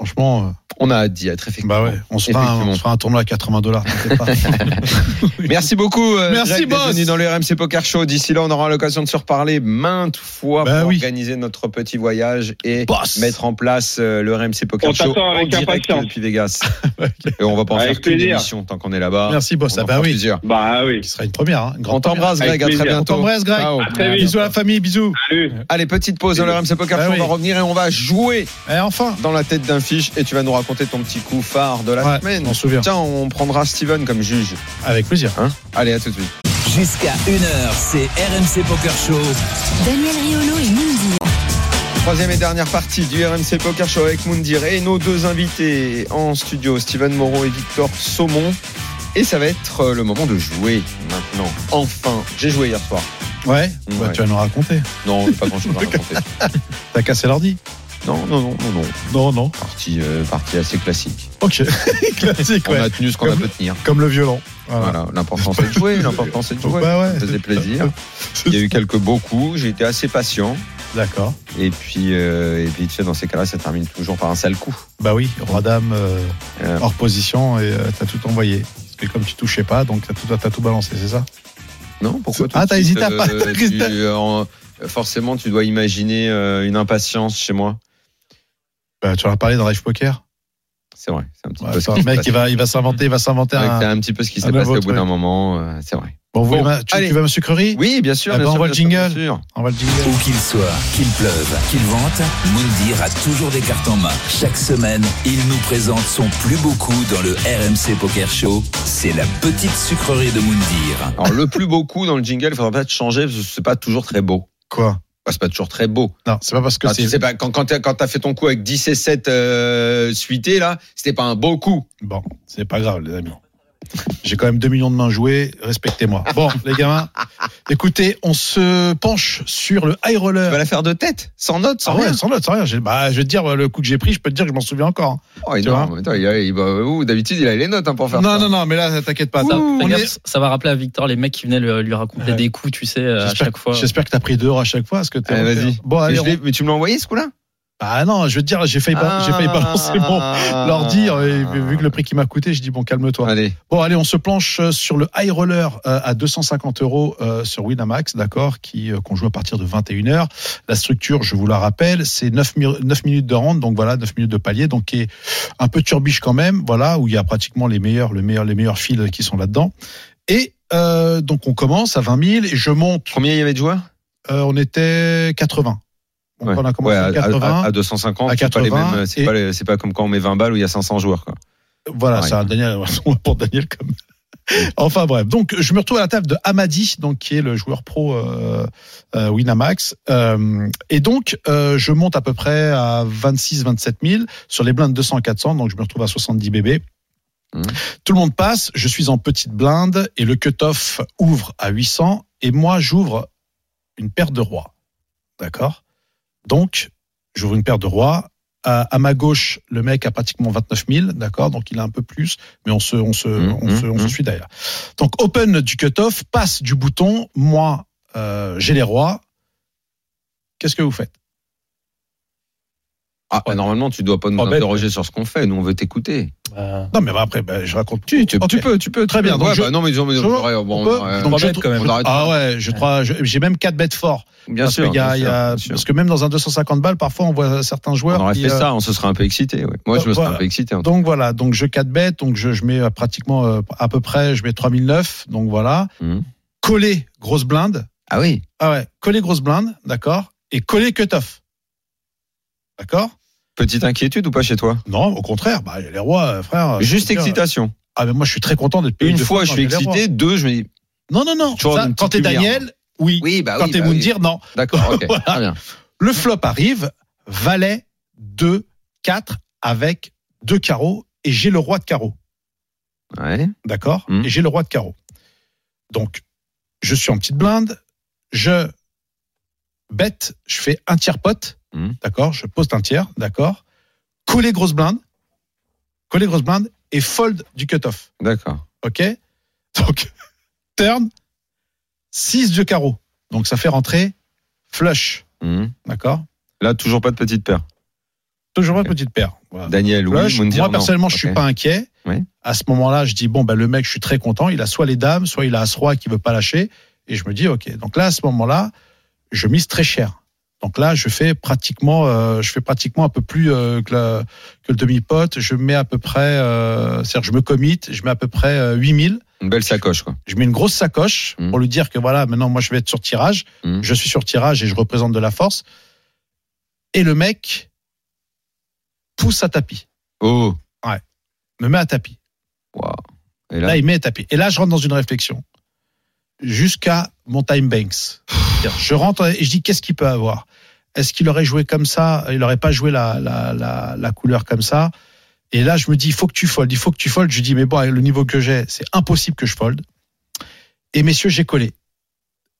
S2: franchement, euh,
S1: On a hâte d'y être, effectivement.
S2: bah ouais, on se fera un, on
S1: Effectivement.
S2: se fera un tournoi à 80 dollars.
S1: Merci beaucoup. euh,
S2: Merci,
S1: Greg, d'être
S2: boss.
S1: venu dans le RMC Poker Show. D'ici là, on aura l'occasion de se reparler maintes fois
S2: Bah
S1: pour
S2: oui.
S1: organiser notre petit voyage et
S2: Boss.
S1: mettre en place euh, le RMC Poker
S6: On
S1: Show
S6: t'attend avec
S1: en direct
S6: impatience.
S1: depuis Vegas. et on va pas en
S6: Avec
S1: faire qu'une
S6: plaisir.
S1: émission tant qu'on est là-bas.
S2: Merci boss.
S1: On
S2: Ah
S1: en
S2: bah
S1: fera
S2: oui,
S1: plusieurs.
S6: Bah oui.
S2: qui sera une première. hein, une grande
S1: On t'embrasse,
S6: Avec
S1: Greg. À très
S6: plaisir.
S1: bientôt.
S2: On t'embrasse, Greg.
S1: Ciao.
S6: À très vite.
S2: Bisous à la famille, bisous.
S6: Salut.
S1: Allez, petite pause dans le RMC Poker
S2: Bah
S1: Show.
S2: oui.
S1: On va revenir et on va jouer
S2: Et enfin,
S1: dans la tête d'un fiche et tu vas nous raconter ton petit coup phare de la
S2: Ouais,
S1: semaine.
S2: on se souvient.
S1: Tiens, on prendra Steven comme juge.
S2: avec plaisir.
S1: hein. Allez, à tout de suite.
S8: Jusqu'à 1h, c'est RMC Poker Show.
S7: Daniel Riolo et Mindy.
S1: Troisième et dernière partie du RMC Poker Show avec Moundir et nos deux invités en studio, Steven Moreau et Victor Saumon. Et ça va être euh, le moment de jouer maintenant. Enfin, j'ai joué hier soir.
S2: Ouais.
S1: Mm,
S2: Bah,
S1: ouais.
S2: Tu vas nous raconter.
S1: Non, j'ai pas grand chose à raconter.
S2: T'as cassé l'ordi
S1: Non, non, non, non, non.
S2: Non, non.
S1: Partie, euh, partie assez classique.
S2: Ok. Classique,
S1: On
S2: ouais.
S1: a tenu ce qu'on a
S2: Comme-
S1: pu tenir.
S2: Comme le violon. Voilà.
S1: Voilà, l'important c'est de jouer, l'important c'est de jouer.
S2: Bah ouais.
S1: Ça faisait plaisir. Il y a eu quelques beaux coups, j'ai été assez patient.
S2: D'accord.
S1: Et puis, euh, et puis tu sais, dans ces cas-là, ça termine toujours par un sale coup.
S2: Bah oui, roi dame euh,
S1: Euh.
S2: hors position et euh, t'as tout envoyé. Parce que comme tu touchais pas, donc t'as tout, t'as tout balancé, c'est ça
S1: Non, pourquoi
S2: Ah, t'as
S1: de suite,
S2: hésité à pas-
S1: tu,
S2: Christophe.
S1: euh, en- Forcément, tu dois imaginer euh, une impatience chez moi.
S2: bah, Tu en as parlé dans Live Poker.
S1: C'est vrai, c'est un petit
S2: Ouais,
S1: peu ce
S2: enfin,
S1: qui se
S2: le mec,
S1: passe.
S2: il va, il va s'inventer, il va s'inventer
S1: Ouais,
S2: un.
S1: C'est un petit peu ce qui
S2: un
S1: s'est passé
S2: nouveau
S1: au bout d'un
S2: truc.
S1: moment, euh, c'est vrai.
S2: Bon, vous,
S1: Bon,
S2: les mains- tu,
S1: allez.
S2: tu veux ma sucrerie
S1: Oui, bien sûr,
S2: Ah
S1: bien
S2: bah, on
S1: sûr,
S2: voit
S1: bien sûr,
S2: le
S1: bien
S2: jingle.
S1: sûr.
S2: On va le jingle.
S8: Où qu'il soit, qu'il pleuve, qu'il vente, Moundir a toujours des cartes en main. Chaque semaine, il nous présente son plus beau coup dans le RMC Poker Show. C'est la petite sucrerie de Moundir.
S1: Alors, le plus beau coup dans le jingle, il faudra pas te changer parce que c'est pas toujours très beau.
S2: Quoi
S1: Bah, c'est pas toujours très beau.
S2: Non, c'est pas parce que
S1: Quand Ah, tu
S2: c'est.
S1: sais pas, quand, quand t'as, quand t'as fait ton coup avec 10 et 7 euh, suité, là, c'était pas un beau coup.
S2: Bon, c'est pas grave, les amis. J'ai quand même 2 millions de mains jouées, respectez-moi. Bon, les gamins, écoutez, on se penche sur le high
S1: Tu vas
S2: roller.
S1: la faire de tête, sans note, Bah, sans
S2: Sans
S1: rien.
S2: rien, sans note, sans rien. J'ai- Bah, je vais te dire, le coup que j'ai pris, je peux te dire que je m'en souviens encore. hein.
S1: Oh, énorme. Attends, il a- il- bah, ouh, d'habitude, il a les notes hein, pour faire ça.
S2: Non, non, non, mais là, t'inquiète pas.
S3: Ça,
S2: On
S3: fais
S2: est-
S3: gaffe, ça va rappeler à Victor les mecs qui venaient le- lui raconter
S2: Ouais.
S3: des coups, tu sais, euh, à
S2: J'espère-
S3: chaque fois.
S2: J'espère que t'as pris deux à chaque fois. Est-ce que t'es
S1: Eh,
S2: repéré
S1: vas-y.
S2: Bon,
S1: Mais
S2: allez.
S1: je l'ai-
S2: on-
S1: mais tu me l'as envoyé ce coup-là
S2: Ah non, je veux te dire, j'ai failli, ba- j'ai failli
S1: Ah.
S2: balancer mon l'ordi. euh, et Vu que le prix qui m'a coûté, je dis bon, calme-toi.
S1: Allez,
S2: Bon, allez, on se planche euh, sur le high roller euh, à 250 euros euh, sur Winamax, d'accord, qui euh, qu'on joue à partir de 21h. La structure, je vous la rappelle, c'est 9, minutes de rente, donc voilà, 9 minutes de palier, donc qui est un peu turbiche quand même, voilà, où il y a pratiquement les meilleurs, le meilleur, les meilleurs fils qui sont là-dedans. Et euh, donc on commence à 20 000 et je monte
S1: combien il y avait de joueurs
S2: euh, on était 80. Donc on a commencé
S1: Ouais,
S2: à
S1: à,
S2: 80.
S1: à- à 250,
S2: à
S1: c'est pas les
S2: 80,
S1: mêmes. C'est
S2: et-
S1: pas, les- c'est pas comme quand on met 20 balles où il y a 500 joueurs. Quoi.
S2: voilà,
S1: ouais.
S2: c'est un Daniel, pour Daniel comme. enfin bref, donc je me retrouve à la table de Amadi, donc qui est le joueur pro euh, euh, Winamax, Euh, et donc euh, je monte à peu près à 26-27 000 sur les blindes 200-400, donc je me retrouve à 70 bébés.
S1: Mhm.
S2: Tout le monde passe, je suis en petite blinde et le cut-off ouvre à 800 et moi j'ouvre une paire de rois. D'accord Donc, j'ouvre une paire de rois à, à ma gauche, le mec a pratiquement 29 000, d'accord Donc il a un peu plus, mais on se, on se,
S1: Mhm,
S2: on se, on se
S1: mhm.
S2: suit derrière. Donc open du cutoff, passe du bouton, moi, euh, j'ai les rois. Qu'est-ce que vous faites
S1: Ah, bah, normalement, tu dois pas nous
S4: Oh, bête.
S1: interroger sur ce qu'on fait. Nous, on veut t'écouter.
S4: Bah,
S2: Non, mais bah, après, bah, je raconte.
S1: Tu, tu,
S2: Ok.
S1: tu peux, tu peux.
S2: Très
S1: tu
S2: bien,
S1: peux.
S2: donc
S1: Ouais,
S2: je-
S1: bah, non, mais ils ont, ils ont-
S2: je-
S1: ouais, bon,
S2: on peut-
S1: ouais,
S2: donc
S1: on
S2: je-
S1: arrête quand même.
S2: je-
S1: on arrête.
S2: ah ouais, je crois, je- j'ai même quatre bêtes forts.
S1: bien
S2: parce,
S1: sûr.
S2: qu'il y a-
S1: bien
S2: il y
S1: sûr,
S2: a-
S1: bien sûr.
S2: parce que même dans un 250 balles, parfois on voit certains
S1: On
S2: joueurs.
S1: aurait
S2: qui,
S1: fait
S2: euh,
S1: ça, on se serait un peu excité. ouais. Moi, je me serais
S2: Voilà.
S1: un peu excité. en tout
S2: Donc voilà, donc je 4 bêtes, donc je, je mets euh, pratiquement euh, à peu près, je mets 3009, donc voilà.
S1: Mhm.
S2: Coller grosse blinde,
S1: cas. Ah oui.
S2: ah ouais, coller grosse blinde, d'accord, et coller cutoff. D'accord
S1: Petite inquiétude ou pas chez toi
S2: Non, au contraire, bah, les rois, euh, frère. euh,
S1: Juste
S2: je veux dire,
S1: excitation.
S2: euh, Ah, mais moi je suis très content d'être payé.
S1: Une
S2: deux
S1: fois, je
S2: quand
S1: suis
S2: j'ai les rois.
S1: excité. Deux, je me dis.
S2: Non, non, non.
S1: Toujours
S2: ça,
S1: une petite
S2: quand t'es
S1: lumière.
S2: Daniel, oui.
S1: Oui, bah
S2: quand
S1: oui.
S2: t'es
S1: bah oui.
S2: Moundir, non.
S1: D'accord, ok.
S2: Voilà.
S1: Très bien.
S2: Le flop arrive, valet 2, 4 avec deux carreaux et j'ai le roi de carreau.
S1: Ouais.
S2: D'accord
S1: Mhm.
S2: Et j'ai le roi de carreau. Donc, je suis en petite blinde, je bête, je fais un tiers pote,
S1: Mhm.
S2: d'accord Je poste un tiers, d'accord Coller grosse blinde, coller grosse blinde et fold du cutoff,
S1: D'accord.
S2: ok Donc, turn, 6 de carreau. Donc, ça fait rentrer flush,
S1: Mhm.
S2: d'accord
S1: Là, toujours pas de petite paire.
S2: Toujours pas
S1: Ok.
S2: de petite paire. Voilà.
S1: Daniel, oui.
S2: Flush.
S1: Moundir,
S2: Moi,
S1: non.
S2: personnellement, Ah. je suis
S1: Ok.
S2: pas inquiet.
S1: Oui.
S2: À ce moment-là, je dis bon, bah, le mec, je suis très content. Il a soit les dames, soit il a As-Roi qui veut pas lâcher. Et je me dis ok. Donc là, à ce moment-là, je mise très cher. Donc là, je fais pratiquement, euh, je fais pratiquement un peu plus euh, que, la- que le demi-pote. Je mets à peu près, euh, c'est-à-dire, je me commit, je mets à peu près euh, 8000.
S1: Une belle sacoche, quoi.
S2: Je mets une grosse sacoche
S1: Mhm.
S2: pour lui dire que voilà, maintenant, moi, je vais être sur tirage.
S1: Mhm.
S2: Je suis sur tirage et je représente de la force. Et le mec pousse à tapis,
S1: Oh.
S2: me met à tapis.
S1: Waouh. Et
S2: Là,
S1: là,
S2: il met tapis. Et là, je rentre dans une réflexion. Jusqu'à mon time banks. C'est-à-dire, Je rentre et je dis qu'est-ce qu'il peut avoir Est-ce qu'il aurait joué comme ça Il n'aurait pas joué la, la, la, la couleur comme ça Et là, je me dis il faut que tu foldes, il faut que tu foldes. Je dis mais bon, avec le niveau que j'ai, c'est impossible que je fold. Et messieurs, j'ai collé.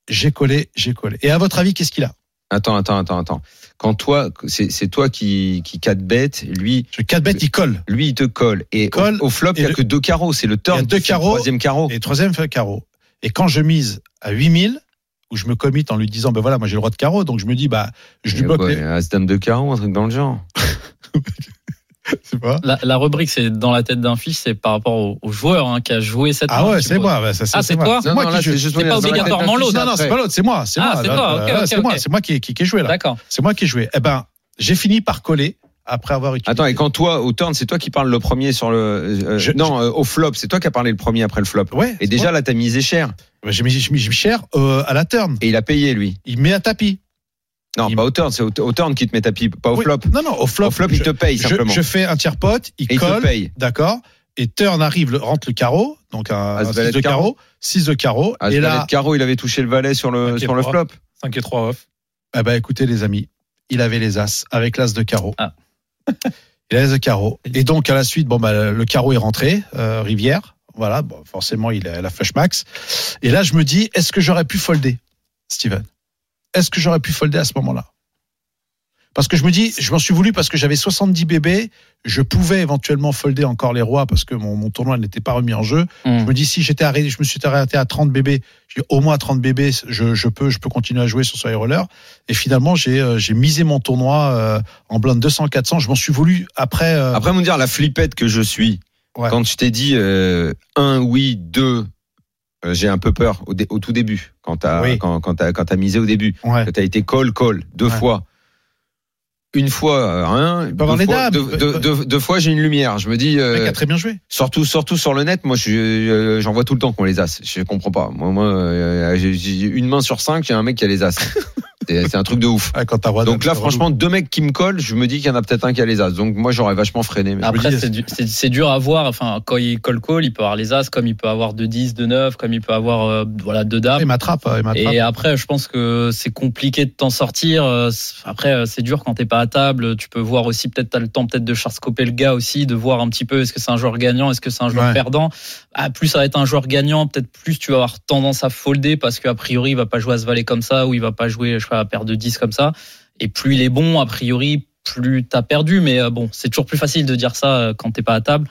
S2: J'ai collé, j'ai collé. Et à votre avis, qu'est-ce qu'il a
S1: attends, attends, attends, attends. Quand toi, c'est c'est toi qui qui 4 bêtes, lui,
S2: Je 4 bêtes, il colle.
S1: lui, il te colle. Et au-
S2: Colle.
S1: au, flop, il y a
S2: Et le-
S1: que deux carreaux. C'est le turn.
S2: Il y a
S1: qui
S2: deux
S1: fait le
S2: carreaux.
S1: Troisième carreau.
S2: Et troisième fait carreau. Et quand je mise à 8000, où je me commit en lui disant ben voilà, moi j'ai le droit de carreau, donc je me dis bah je lui
S1: Et
S2: bloque
S1: quoi,
S2: les-
S1: As-Dame de carreau, un truc dans le genre.
S2: C'est pas.
S3: La, la rubrique, c'est dans la tête d'un fils, c'est par rapport au, au joueur hein, qui a joué cette
S2: Ah
S3: main,
S2: ouais,
S3: tu
S2: c'est
S3: vois.
S2: moi. bah, ça,
S3: Ah, c'est toi
S2: C'est moi
S1: non,
S2: qui
S1: là,
S2: joue.
S1: c'est juste
S3: C'est pas
S1: dans la tête
S3: obligatoirement
S1: d'un fils.
S3: l'autre,
S2: Non, non, c'est pas l'autre, c'est moi. C'est
S3: Ah,
S2: moi.
S3: c'est
S2: là,
S3: toi, ok,
S2: euh,
S3: ok,
S2: c'est
S3: ok.
S2: moi, c'est moi qui, qui, qui ai joué là.
S3: D'accord.
S2: C'est moi qui ai joué. Eh ben, j'ai fini par coller après avoir utilisé.
S1: Attends, et quand toi, au turn, c'est toi qui parles le premier sur le. euh,
S2: Je-
S1: non, euh, au flop, c'est toi qui as parlé le premier après le flop.
S2: Ouais.
S1: Et
S2: c'est
S1: déjà,
S2: moi.
S1: là, t'as misé cher.
S2: Bah, j'ai mis, j'ai mis, j'ai mis cher euh, à la turn.
S1: Et il a payé, lui.
S2: Il met à tapis.
S1: Non,
S2: Il-
S1: pas au turn, c'est au, au turn qui te met tapis, pas au
S2: Oui.
S1: flop.
S2: Non, non, au flop.
S1: Au flop, il
S2: je,
S1: te paye,
S2: je-
S1: simplement.
S2: je fais un tiers pote, il
S1: et il te
S2: colle,
S1: paye.
S2: d'accord. Et turn arrive, le- rentre le carreau, donc un
S1: As-valet
S2: 6 de
S1: de carreau.
S2: carreau, 6 de carreau.
S1: Ah,
S2: et là,
S1: de carreau, il avait touché le valet sur le,
S4: Ok,
S1: sur le
S4: bon.
S1: flop.
S4: 5 et 3 off.
S2: eh ben, écoutez les amis, il avait les as avec l'as de carreau.
S3: Ah.
S2: il avait les as de carreau. Et donc à la suite, bon bah, le carreau est rentré, euh, Rivière. Voilà, bon, forcément il a la flush max. Et là je me dis, est-ce que j'aurais pu folder, Steven Est-ce que j'aurais pu folder à ce moment-là Parce que je me dis, je m'en suis voulu parce que j'avais 70 bébés, je pouvais éventuellement folder encore les rois parce que mon, mon tournoi n'était pas remis en jeu.
S1: Hmm.
S2: Je me dis, si j'étais arrêté, je me suis arrêté à 30 bébés, je dis, au moins 30 bébés, je, je peux, je peux continuer à jouer sur ce high roller. Et finalement, j'ai, euh, j'ai misé mon tournoi euh, en blind 200-400. Je m'en suis voulu après. euh,
S1: Après, me dire la flippette que je suis,
S2: Ouais.
S1: quand je t'ai dit euh, un oui, deux, euh, j'ai un peu peur au, dé- au tout début, quand t'as
S2: Oui.
S1: quand, quand t'as- quand t'as misé au début,
S2: ouais.
S1: que t'as été call call deux
S2: Ouais.
S1: fois. Une fois euh, rien, deux
S2: peut avoir les
S1: fois,
S2: dames,
S1: deux,
S2: il peut-
S1: deux- deux- deux fois j'ai une lumière. Je me dis
S2: Le mec
S1: euh,
S2: a très bien joué.
S1: surtout surtout sur le net, moi je- euh, j'en vois tout le temps qu'on les as. Je comprends pas. Moi, moi euh, j'ai j'ai une main sur cinq, j'ai un mec qui a les as. c'est c'est un truc de ouf.
S2: Ouais, quand t'as roi
S1: Donc
S2: dame,
S1: là,
S2: t'as roi
S1: franchement, deux mecs qui me collent, je me dis qu'il y en a peut-être un qui a les as. Donc moi, j'aurais vachement freiné. mais-
S3: Après,
S2: dis-
S3: c'est du- c'est c'est dur à voir. Enfin, quand il colle call, il peut avoir les as, comme il peut avoir 2 10, 2 9, comme il peut avoir euh, voilà deux
S2: loup.
S3: dames.
S2: Il m'attrape, il m'attrape.
S3: Et après, je pense que c'est compliqué de t'en sortir. Euh, c'est- Après, euh, c'est dur quand t'es pas à table. Tu peux voir aussi, peut-être, t'as le temps peut-être de charscoper le gars aussi, de voir un petit peu est-ce que c'est un joueur gagnant, est-ce que c'est un joueur
S2: Ouais.
S3: perdant. Ah, plus ça va être un joueur gagnant, peut-être plus tu vas avoir tendance à folder parce qu'a priori, il va pas jouer à ce valet comme ça ou il va pas jouer, je sais pas, à paire de 10 comme ça. Et plus il est bon, a priori, plus t'as perdu. Mais euh, bon, c'est toujours plus facile de dire ça euh, quand t'es pas à table.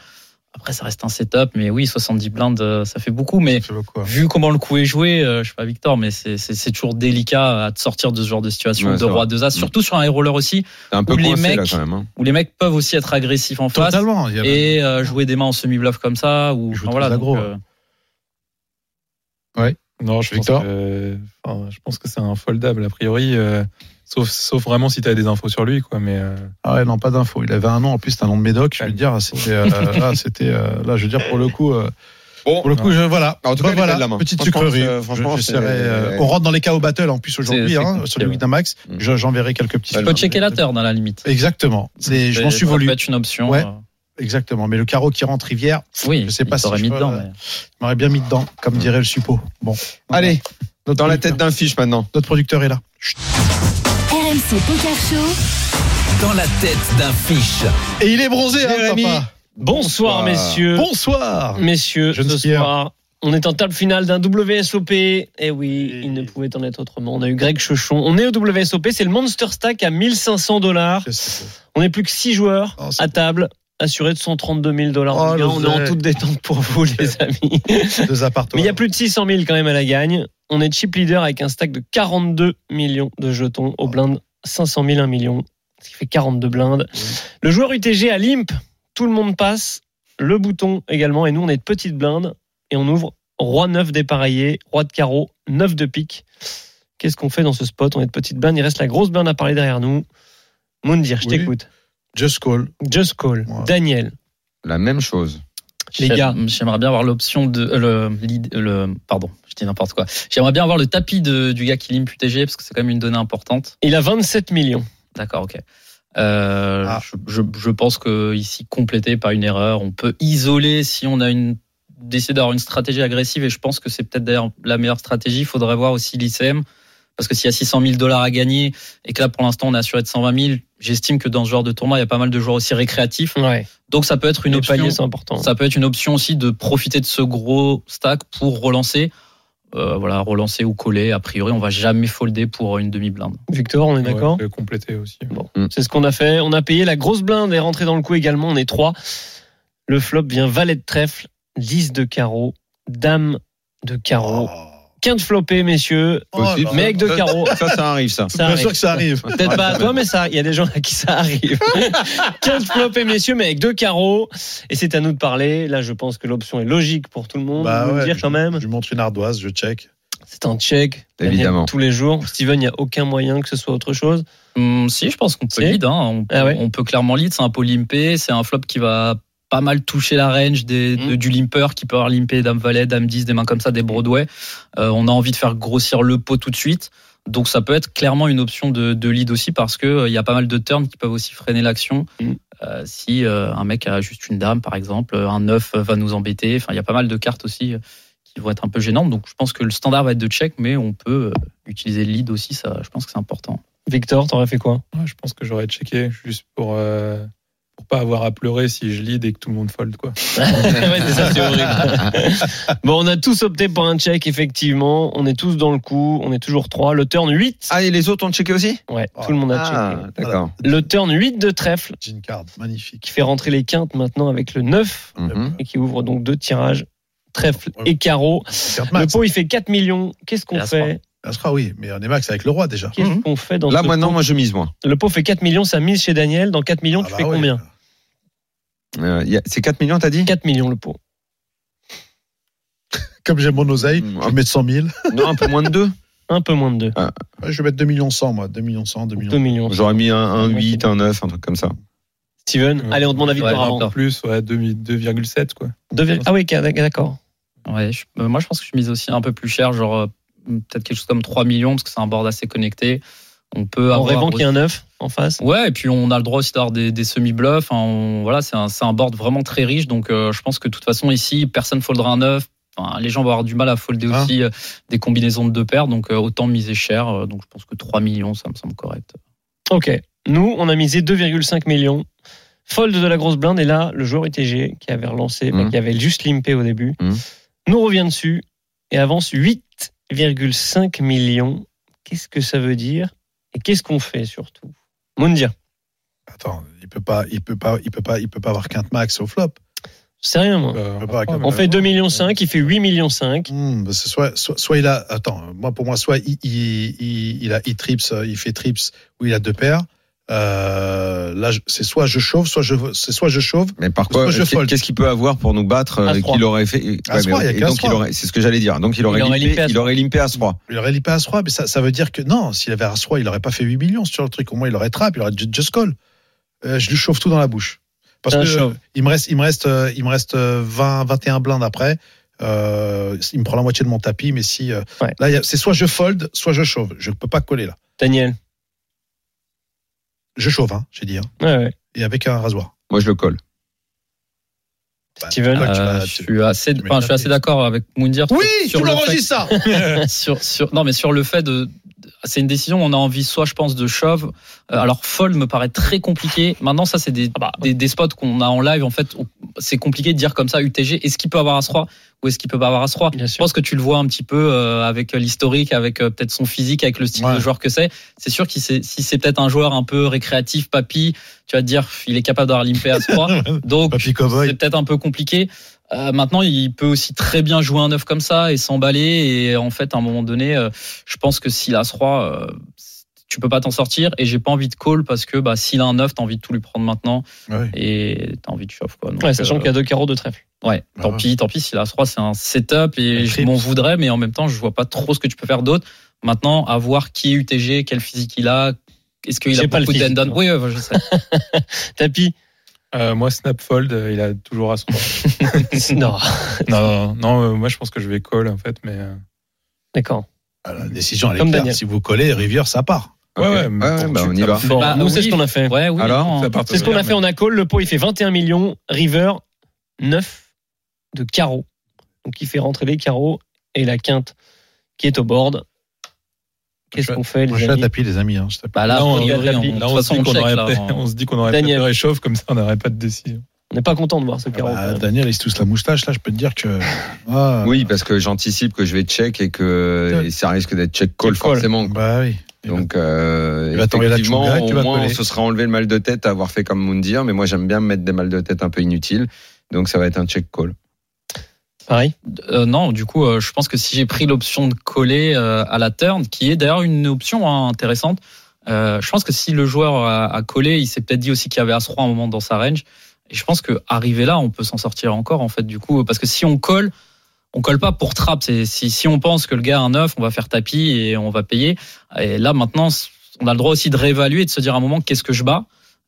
S3: Après, ça reste un setup, mais oui, 70 blindes, euh, ça fait beaucoup. Mais
S2: C'est beaucoup, hein.
S3: vu comment le coup est joué, euh, je sais pas Victor, mais c'est- c'est c'est toujours délicat à te sortir de ce genre de situation
S1: Ouais,
S3: de
S1: c'est
S3: roi
S1: vrai.
S2: Mm.
S3: deux as, surtout sur un high roller aussi,
S1: T'es un peu
S3: Ou les
S1: coincé là
S3: mecs-
S1: quand même. hein.
S3: où les mecs peuvent aussi être agressifs en
S1: euh,
S3: face
S2: Totalement. il y a-
S3: et euh, jouer des mains en semi-bluff comme ça ou
S2: Ils jouent
S3: enfin, voilà.
S2: très
S3: donc,
S2: aggro,
S3: euh,
S4: Non, je pense,
S2: Victor
S4: que, enfin, je pense que c'est un foldable a priori, euh, sauf, sauf vraiment si tu as des infos sur lui. Quoi, mais, euh,
S2: Ah ouais, non, pas d'infos. Il avait un nom, en plus, c'est un nom de médoc. Je veux dire, c'était. euh,
S4: ah,
S2: là, c'était. euh, là, je veux dire, pour le coup. euh,
S1: Bon,
S2: pour le coup, je, voilà.
S1: En tout
S2: Bah,
S1: cas, il
S2: voilà,
S1: a de la main.
S2: petite
S1: Franchement,
S2: sucrerie.
S1: euh, franchement,
S2: Je- j'essaierai,
S1: c'est-
S2: euh, on rentre dans les KO battle en plus
S3: C'est-
S2: aujourd'hui,
S3: c'est
S2: hein,
S3: compliqué,
S2: sur le
S3: ouais.
S2: Winamax.
S1: Mm.
S2: Je- J'enverrai quelques petits.
S3: tu peux checker la turn à la limite.
S2: Exactement. C'est, je m'en suis
S3: Ça
S2: voulu.
S3: peut être une option.
S2: Ouais.
S3: euh,
S2: Exactement. Mais le carreau qui rentre rivière,
S3: Oui,
S2: Je sais pas
S3: il
S2: si
S3: t'aurait
S2: je
S3: mis
S2: peux,
S3: dedans.
S2: euh,
S3: mais-
S2: on aurait bien mis dedans,
S5: Mm.
S2: comme dirait le suppo. Bon.
S1: allez,
S2: Notre
S1: dans la
S2: producteur-
S1: tête d'un fiche maintenant.
S2: Notre producteur est là. Chut.
S7: RMC Poker Show,
S8: Dans la tête d'un fiche.
S2: Et il est bronzé, hein,
S5: Jérémy. Mm.
S2: papa.
S5: Bonsoir,
S1: Bonsoir.
S5: messieurs.
S2: Bonsoir.
S5: Messieurs,
S2: Jeune
S5: ce
S2: skieur.
S5: soir, on est en table finale d'un WSOP. Et Eh oui, il ne pouvait en être autrement. On a eu Greg Chechon. On est au WSOP, c'est le Monster Stack à 1500 dollars.
S2: Qu'est-ce que c'est
S5: On n'est plus que 6 joueurs
S2: Oh, c'est
S5: à table. assurés de 132 000 dollars. Eh
S2: Oh, le
S5: on est en
S2: zèle.
S5: toute détente pour vous, les amis.
S2: Deux appartements.
S5: Mais il y a plus de 600 000 quand même à la gagne. On est chip leader avec un stack de 42 millions de jetons au blind 500 000 1 million, ce qui fait 42 blindes. Le joueur UTG à l'imp, tout le monde passe, le bouton également, et nous on est de petite blinde et on ouvre roi 9 dépareillé, roi de carreau, 9 de pique. Qu'est-ce qu'on fait dans ce spot On est de petite blinde, il reste la grosse blinde à parler derrière nous. Moundir, je
S2: Oui.
S5: t'écoute.
S2: Just call.
S5: Just call.
S2: Ouais.
S5: Daniel,
S1: La même chose.
S5: Les
S3: J'aime-
S5: gars.
S3: j'aimerais bien avoir l'option de euh, le, lead- le- pardon, je dis n'importe quoi. J'aimerais bien avoir le tapis de, du gars qui limpe UTG parce que c'est quand même une donnée importante.
S5: il a 27 millions.
S3: D'accord, ok. Euh,
S2: Ah.
S3: je, je- je pense que ici complété par une erreur, on peut isoler si on a une décidé d'avoir une stratégie agressive et je pense que c'est peut-être d'ailleurs la meilleure stratégie. Il faudrait voir aussi l'ICM parce que s'il y a 600 000 dollars à gagner et que là pour l'instant on est assuré de 120 000, j'estime que dans ce genre de tournoi il y a pas mal de joueurs aussi récréatifs.
S5: Ouais.
S3: Donc ça peut être une
S5: Les
S3: option.
S5: paliers, c'est important.
S3: Ça peut être une option aussi de profiter de ce gros stack pour relancer. Euh, voilà, relancer ou coller. A priori, on va jamais folder pour une demi-blinde.
S5: Victor, on est
S4: ouais,
S5: d'accord
S4: je peux compléter aussi.
S5: C'est ce qu'on a fait. On a payé la grosse blinde et rentré dans le coup également. On est trois. Le flop vient valet de trèfle, 10 de carreau, dame de
S2: Oh.
S5: carreau. Quinte flopée, messieurs.
S1: Possible.
S2: là là.
S5: Mec de
S1: Ça-
S5: carreau.
S1: Ça, ça arrive ça.
S5: Ça
S2: Bien sûr
S5: arrive.
S2: que ça arrive.
S5: Peut-être pas à toi, mais ça, il y a des gens à qui ça arrive. Quinte flopée, messieurs, mais avec deux carreaux. Et c'est à nous de parler. Là, je pense que l'option est logique pour tout le monde.
S2: Bah
S5: on peut le
S2: ouais,
S5: dire quand même.
S2: Je lui montre une ardoise, je check.
S5: C'est un check.
S1: Évidemment.
S5: Tous les jours. Steven, il n'y a aucun moyen que ce soit autre chose.
S3: Hum, si, je pense qu'on peut
S5: Si.
S3: lead. hein. On,
S5: Ah ouais.
S3: on peut clairement lead. C'est un pot limpé. C'est un flop qui va pas mal toucher la range des,
S5: Mm.
S3: de- du limper qui peut avoir limpé dame valet, dame 10, des mains comme ça, des Broadway. Euh, on a envie de faire grossir le pot tout de suite. Donc ça peut être clairement une option de, de lead aussi parce que euh, il y a pas mal de turns qui peuvent aussi freiner l'action.
S5: Mm.
S3: Euh, si euh, un mec a juste une dame par exemple, euh, un 9 va nous embêter. Enfin, il y a pas mal de cartes aussi euh, qui vont être un peu gênantes. Donc je pense que le standard va être de check, mais on peut euh, utiliser le lead aussi. Ça, je pense que c'est important.
S5: Victor, t'aurais fait quoi
S4: Ouais, je pense que j'aurais checké juste pour, euh, pour pas avoir à pleurer si je lis dès que tout le monde fold. Quoi.
S5: Ouais, c'est ça, c'est horrible. bon, on a tous opté pour un check, effectivement. On est tous dans le coup. On est toujours 3. Le turn 8.
S1: Ah, et les autres ont checké aussi
S5: Ouais, tout le monde a
S1: Ah,
S5: checké.
S1: d'accord.
S5: Le turn 8 de trèfle,
S2: Jean card, magnifique.
S5: qui fait rentrer les quintes maintenant avec le 9,
S1: Mhm.
S5: et qui ouvre donc deux tirages, trèfle et carreau.
S2: Carte
S5: Le
S2: max.
S5: pot, il fait 4 millions. Qu'est-ce qu'on
S3: Et à ce
S5: fait
S2: Ça sera, oui, mais on est max avec le roi déjà.
S5: Qu'est-ce qu'on fait dans
S1: Mhm. Là,
S5: ce
S1: moi, non,
S5: pot
S1: moi, je mise moins.
S5: Le pot fait 4 millions, ça mise chez Daniel. Dans 4 millions,
S2: Ah
S5: tu
S2: bah
S5: fais
S2: oui.
S5: combien
S1: Euh, y a- c'est 4 millions, t'as dit
S5: 4 millions le pot.
S2: Comme j'ai mon oseille,
S1: Mm,
S2: je vais mettre 100 000.
S1: Non, un peu moins de 2.
S5: Un peu moins de 2.
S2: Ouais, je vais mettre 2 millions 100, moi. 2 millions 100, 2 millions.
S5: 2 millions.
S1: J'aurais mis un, un 8, un 9, un truc comme ça.
S5: Steven,
S4: Ouais.
S5: allez, on demande à Victor
S3: Ouais,
S5: avant.
S4: En plus, ouais, 2, 2,7. Quoi.
S5: Deux vir- Ah oui, d'accord.
S3: Ouais, je- euh, moi je pense que je mise aussi un peu plus cher, genre euh, peut-être quelque chose comme 3 millions, parce que c'est un board assez connecté. On peut
S5: En
S3: avoir
S5: rêvant qu'il y a un 9 en face.
S3: Ouais, et puis on a le droit aussi d'avoir des, des semi-bluffs. hein, on- voilà, c'est un, c'est un board vraiment très riche, donc euh, je pense que de toute façon ici, personne foldera un 9. Enfin, les gens vont avoir du mal à folder
S5: Ah.
S2: Hein
S3: aussi euh, des combinaisons de deux paires, donc euh, autant miser cher. euh, donc je pense que 3 millions, ça me semble correct.
S5: Ok. Nous, on a misé 2,5 millions. Fold de la grosse blinde. Et là, le joueur ITG qui avait relancé, enfin,
S1: Mhm.
S5: qui avait juste limpé au début,
S1: Mhm.
S5: nous revient dessus et avance 8,5 millions. Qu'est-ce que ça veut dire Et qu'est-ce qu'on fait surtout Moundir.
S2: Attends, il peut pas, il peut pas, il peut pas, il peut pas avoir quinte max au flop.
S5: C'est rien, moi.
S4: Euh,
S2: peut pas,
S4: on
S2: quand
S5: On
S4: prend,
S5: fait 2,5 millions, il fait 8,5 millions. Bah,
S2: Hmm, bah, c'est soit, soit, soit il a, attends, moi pour moi, soit il, il, il, il a il trips, euh, il fait trips ou il a deux paires. Euh, là, je- c'est soit je chauffe, soit je, c'est soit je chauffe.
S1: Mais par
S2: Parce
S1: quoi euh,
S2: que je fold.
S1: Qu'est-ce qu'il peut avoir pour nous battre euh,
S5: As-roi.
S1: qu'il aurait fait
S2: As-roi,
S1: mais-
S2: il y a
S1: et
S2: que
S1: donc
S2: As-roi.
S1: il aurait- c'est ce que j'aurais dire. Donc il aurait
S5: Il aurait limpé
S1: limpé, il
S5: As-roi.
S1: aurait limpé à 3
S2: Il aurait lippé à ce roi, mais ça, ça veut dire que non, s'il avait à ce roi, il aurait pas fait 8 millions sur le truc. Au moins, il aurait trap, il aurait ju- just call. Euh, je lui chauffe tout dans la bouche. Parce
S3: Euh,
S5: Putain,
S2: que
S5: chauve.
S2: il me reste, il me reste, euh, il me reste euh, 20, 21 blindes après. Euh, il me prend la moitié de mon tapis, mais si euh,
S5: Ouais.
S2: là, il y a- c'est soit je fold, soit je chauffe. Je peux pas coller là.
S5: Daniel.
S2: Je chauffe, hein, j'ai dit. hein.
S5: Ouais, ouais.
S2: et avec un rasoir.
S1: Moi je le colle.
S5: Steven.
S2: Bah, toi, tu
S3: Euh,
S2: vas-
S3: je
S2: tu-
S3: suis assez,
S2: tu mets
S3: enfin, je suis
S2: la
S3: assez
S2: tête.
S3: d'accord avec Moundir. sur-
S2: Oui,
S3: sur
S2: tu
S3: le
S2: l'enregistres ça.
S3: fait- sur, sur, non, mais sur le fait de, c'est une décision. On a envie, soit je pense, de shove. Euh, Alors fold me paraît très compliqué. Maintenant, ça c'est des, des, des spots qu'on a en live. En fait, on- c'est compliqué de dire comme ça UTG. Est-ce qu'il peut avoir un 3 ou est-ce qu'il peut pas avoir un 3
S5: Bien
S3: Je pense que tu le vois un petit peu euh, avec l'historique, avec euh, peut-être son physique, avec le style
S2: Ouais.
S3: de joueur que c'est. C'est sûr que si c'est peut-être un joueur un peu récréatif, papy, tu vas te dire il est capable d'avoir limpé à 3 Donc
S2: Papy
S3: c'est
S2: Cowboy.
S3: peut-être un peu compliqué. Euh, maintenant, il peut aussi très bien jouer un œuf comme ça et s'emballer. Et en fait, à un moment donné, euh, je pense que s'il a ce roi, euh, tu peux pas t'en sortir. Et j'ai pas envie de call parce que bah, s'il a un œuf, t'as envie de tout lui prendre maintenant
S2: Ouais.
S3: et t'as envie de chauffe. Quoi. Donc,
S5: Ouais, sachant
S3: euh,
S5: qu'il y a deux carreaux de trèfle.
S3: ouais,
S2: Bah
S3: tant
S2: ouais.
S3: pis, tant pis. S'il a ce roi, c'est un setup et
S2: Un
S3: je
S2: trip.
S3: m'en voudrais, mais en même temps, je vois pas trop ce que tu peux faire d'autre. Maintenant, à voir qui est UTG, quel physique il a. Est-ce qu'il a
S5: J'ai pas le
S3: beaucoup de
S5: physique,
S3: dendon
S5: moi.
S3: Oui, ouais, je sais.
S5: Tapis.
S4: Euh, moi, Snapfold, euh, il a toujours à son.
S5: non,
S4: non, non, non, euh, moi, je pense que je vais call, en fait, mais. euh,
S5: d'accord.
S2: Ah, La décision, elle est
S5: Comme
S2: claire.
S5: Daniel.
S2: Si vous collez, Rivière, ça part.
S4: Ouais,
S1: Ok.
S4: ouais, mais bon,
S1: bah,
S4: tu-
S1: on y va.
S5: Bon,
S3: Bah,
S5: nous,
S3: oui.
S5: c'est ce qu'on a fait.
S3: Ouais, oui,
S1: Alors,
S3: non.
S4: ça part
S5: C'est ce qu'on a fait. On a call. Le pot, il fait 21 millions. River, 9 de carreaux. Donc, il fait rentrer les carreaux et la quinte qui est au board. Qu'est-ce
S2: Je-
S5: qu'on
S2: Moi,
S5: fait, les
S2: je suis à
S5: amis
S2: tapis, les amis. hein, je tape.
S3: Bah là,
S4: Non,
S3: a
S4: on-
S3: priori, on- de
S4: Là,
S3: toute
S4: on se
S3: façon,
S4: dit
S3: on
S4: qu'on
S3: check,
S4: aurait
S3: là,
S4: peut-être-
S3: on-
S4: on se dit qu'on aurait
S5: Daniel.
S4: peut-être le réchauffe, comme ça, on n'aurait pas de décision.
S5: On n'est pas content de voir ce
S2: Ah
S5: carreau.
S2: bah,
S5: quand même.
S2: Daniel, il se tousse la moustache. Là, je peux te dire que. Ah,
S1: Oui, parce que j'anticipe que je vais check et que et ça risque d'être check call
S5: Check call.
S1: forcément.
S2: Bah oui.
S1: Donc euh,
S2: Tu vas tomber la
S1: effectivement,
S2: tchouga, tu vas
S1: au
S2: te
S1: moins on
S2: coller.
S1: se sera enlevé le mal de tête à avoir fait comme Moundir, mais moi j'aime bien me mettre des mal de tête un peu inutiles. Donc ça va être un check call.
S5: Pareil.
S3: Euh, non, du coup, euh, je pense que si j'ai pris l'option de coller euh, à la turn, qui est d'ailleurs une option hein, intéressante, euh, je pense que si le joueur a, a collé, il s'est peut-être dit aussi qu'il y avait As-3 à un moment dans sa range. Et je pense que arrivé là, on peut s'en sortir encore, en fait, du coup, parce que si on colle, on colle pas pour trap. C'est- Si, si on pense que le gars a un 9, on va faire tapis et on va payer. Et là, maintenant, on a le droit aussi de réévaluer, de se dire à un moment, qu'est-ce que je bats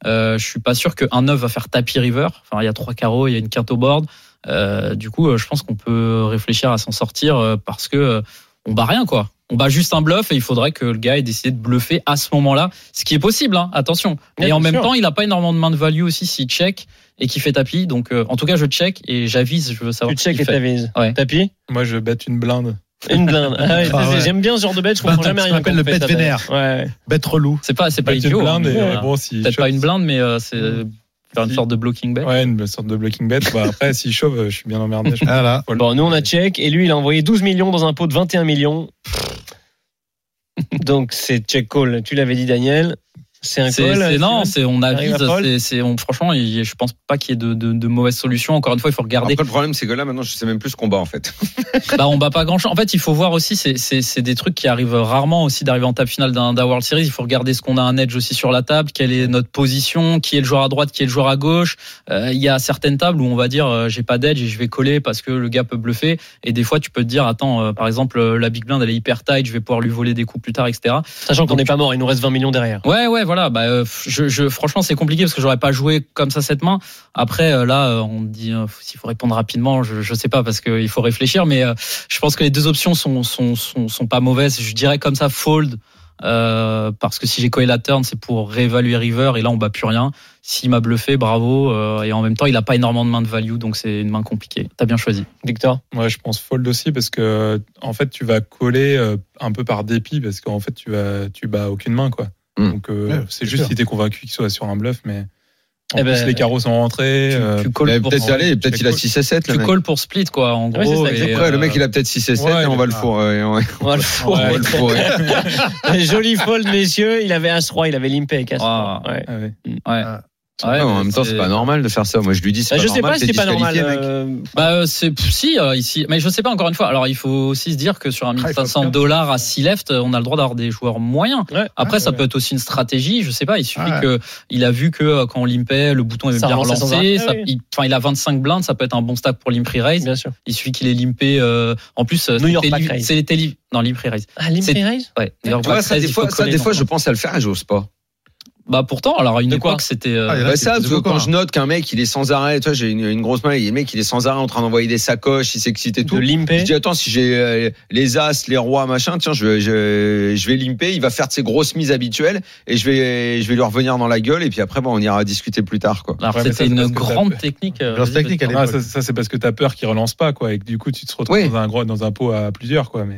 S3: euh, Je suis pas sûr qu'un 9 va faire tapis river. Enfin, il y a trois carreaux, il y a une quinte au board. Euh, du coup, euh, je pense qu'on peut réfléchir à s'en sortir euh, parce que euh, on bat rien, quoi. On bat juste un bluff et il faudrait que le gars ait décidé de bluffer à ce moment-là, ce qui est possible, hein, attention.
S5: Ouais,
S3: et en
S5: bien
S3: même
S5: sûr.
S3: temps, il n'a pas énormément de main de value aussi s'il check et qu'il fait tapis. Donc, euh, en tout cas, je check et j'avise, je veux savoir.
S5: Tu
S3: ce qu'il
S5: check et
S3: fait.
S5: t'avises.
S3: Ouais.
S5: Tapis.
S4: Moi, je bête une blinde.
S5: Une blinde. Ah ouais,
S2: Ah ouais.
S5: J'aime bien ce genre de bête, je
S2: Bah,
S5: comprends
S2: t'as-
S5: jamais
S2: ça
S5: rien.
S2: s'appelle
S5: quand
S2: le
S5: on fait
S2: bête
S5: ça,
S2: vénère.
S5: Ouais.
S2: Bête relou.
S3: C'est pas, c'est pas
S4: Bête une
S3: idiot. hein,
S4: blinde, et
S3: voilà.
S4: euh, bon, si.
S3: Peut-être
S4: chauffe-
S3: pas une blinde, mais euh, c'est euh, faire une sorte de blocking bet.
S4: Ouais, une sorte de blocking bet. Bah, après, s'il chauffe, euh, je suis bien emmerdé. je pense.
S2: Ah là.
S5: Bon, nous on a check et lui il a envoyé 12 millions dans un pot de 21 millions. Donc c'est check call. Tu l'avais dit Daniel. C'est un
S3: C'est-
S5: call.
S3: c'est-
S5: Steven
S3: non, c'est on
S5: Arrive
S3: avise.
S5: à fold.
S3: c'est- c'est- on- franchement, il- je pense pas qu'il y ait de, de, de mauvaises solutions. Encore une fois, il faut regarder.
S1: Après le problème c'est que là maintenant je sais même plus ce qu'on bat en fait.
S3: bah, on bat pas grand chose. En fait, il faut voir aussi, c'est- c'est c'est des trucs qui arrivent rarement aussi d'arriver en table finale d'un d'un World Series. Il faut regarder ce qu'on a un edge aussi sur la table, quelle est notre position, qui est le joueur à droite, qui est le joueur à gauche. Euh, Il y a certaines tables où on va dire euh, j'ai pas d'edge et je vais coller parce que le gars peut bluffer. Et des fois, tu peux te dire attends, euh, par exemple, euh, la big blind elle est hyper tight, je vais pouvoir lui voler des coups plus tard, etc.
S5: Sachant qu'on n'est pas mort, il nous reste 20 millions derrière.
S3: Ouais, ouais, voilà. Bah, euh, je, je, franchement, c'est compliqué parce que j'aurais pas joué comme ça cette main. Après, euh, là, euh, on me dit euh, s'il faut répondre rapidement, je, je sais pas parce qu'il faut réfléchir. Mais euh, je pense que les deux options sont, sont, sont, sont pas mauvaises. Je dirais comme ça fold euh, parce que si j'ai collé la turn, c'est pour réévaluer river et là on bat plus rien. S'il m'a bluffé, bravo. euh, et en même temps, il a pas énormément de main de value, donc c'est une main compliquée. T'as bien choisi.
S5: Victor.
S4: Ouais, je pense fold aussi parce que en fait tu vas coller euh, un peu par dépit parce qu'en fait tu vas tu bats aucune main quoi.
S1: Hmm.
S4: Donc euh,
S2: Ouais,
S4: c'est
S2: c'est
S4: juste
S2: sûr.
S4: si t'es convaincu qu'il soit sur un bluff mais En
S3: Eh
S4: plus,
S3: ben,
S4: les carreaux sont rentrés.
S3: tu-
S4: euh,
S3: tu
S1: Il
S3: colles
S1: avait
S3: pour,
S1: bah, peut-être y aller, peut-être
S4: c'est
S1: il a
S4: cool.
S1: 6 et 7.
S3: tu colles pour split, quoi, en gros.
S5: Ouais, Ah c'est ça,
S3: et,
S5: exactement.
S1: Ouais, le mec, il a peut-être 6 et 7
S4: ouais,
S1: et on va le
S4: ah.
S1: fourrer. et on-
S5: On va le fourrer.
S1: on va le fourrer.
S5: Joli fold, messieurs. Il avait as roi, il avait l'impé avec as roi.
S3: Ah.
S5: Ouais.
S4: ah ouais.
S3: ouais. Ouais,
S1: Non, en même temps, c'est pas normal de faire ça. Moi, je lui dis, c'est
S5: Bah,
S1: pas
S5: je sais
S1: normal.
S5: pas si
S1: t'es
S5: c'est pas normal.
S1: disqualifié, mec.
S5: euh,
S3: Bah, euh, c'est pff, si euh, ici, mais je sais pas encore une fois. Alors, il faut aussi se dire que sur un
S2: Ah, il faut
S3: 1500
S2: bien.
S3: dollars à 6 left, euh, on a le droit d'avoir des joueurs moyens.
S5: Ouais.
S3: Après,
S2: Ouais,
S3: ça
S2: ouais.
S3: peut être aussi une stratégie. Je sais pas. Il suffit
S2: Ouais.
S3: que il a vu que euh, quand on limpait, le bouton est
S5: Ça
S3: bien
S5: relance sans
S3: relancé.
S5: arrêt.
S3: ça-
S5: Ah oui.
S3: il- Enfin, il, a 25 blindes. Ça peut être un bon stack pour l'impree raise.
S5: Bien sûr.
S3: Il suffit qu'il ait limpé. euh, en plus, euh,
S5: New York
S3: c'était
S5: back
S3: li-
S5: raise.
S3: c'était li- non l'impree raise.
S5: Ah, l'impré raise
S3: Ouais. New York
S1: Tu vois,
S3: back
S1: ça,
S3: raise,
S1: des
S3: il faut
S1: fois, ça,
S3: coller
S1: des
S3: dans-
S1: fois, je pense à le faire et j'ose pas.
S3: Bah pourtant, alors à une
S5: De quoi
S3: époque, c'était. euh,
S2: Ah, il y en a
S1: Bah,
S2: qui
S1: ça,
S2: utilisent
S1: parce que
S2: beaucoup,
S1: quand
S2: hein.
S1: je note qu'un mec, il est sans arrêt, tu vois, j'ai une, une grosse main, et le mec, il est sans arrêt en train d'envoyer des sacoches, il s'excite et
S5: De
S1: tout. Je
S5: l'impé
S1: dis, attends, si j'ai euh, les as, les rois, machin, tiens, je, vais- je, je vais limper, il va faire de ses grosses mises habituelles et je vais, je vais lui revenir dans la gueule et puis après, bon, on ira discuter plus tard, quoi.
S3: Alors
S4: Ouais, mais ça,
S3: c'était
S4: c'est
S3: une
S4: parce que t'as-
S3: grande technique. euh,
S2: Grande
S3: vas-y, vas-y.
S2: technique, elle est-
S4: Ah, ça, ça, c'est parce que t'as peur qu'il relance pas, quoi, et que du coup, tu te retrouves
S1: Oui.
S4: dans, un, gros- dans un pot à plusieurs, quoi.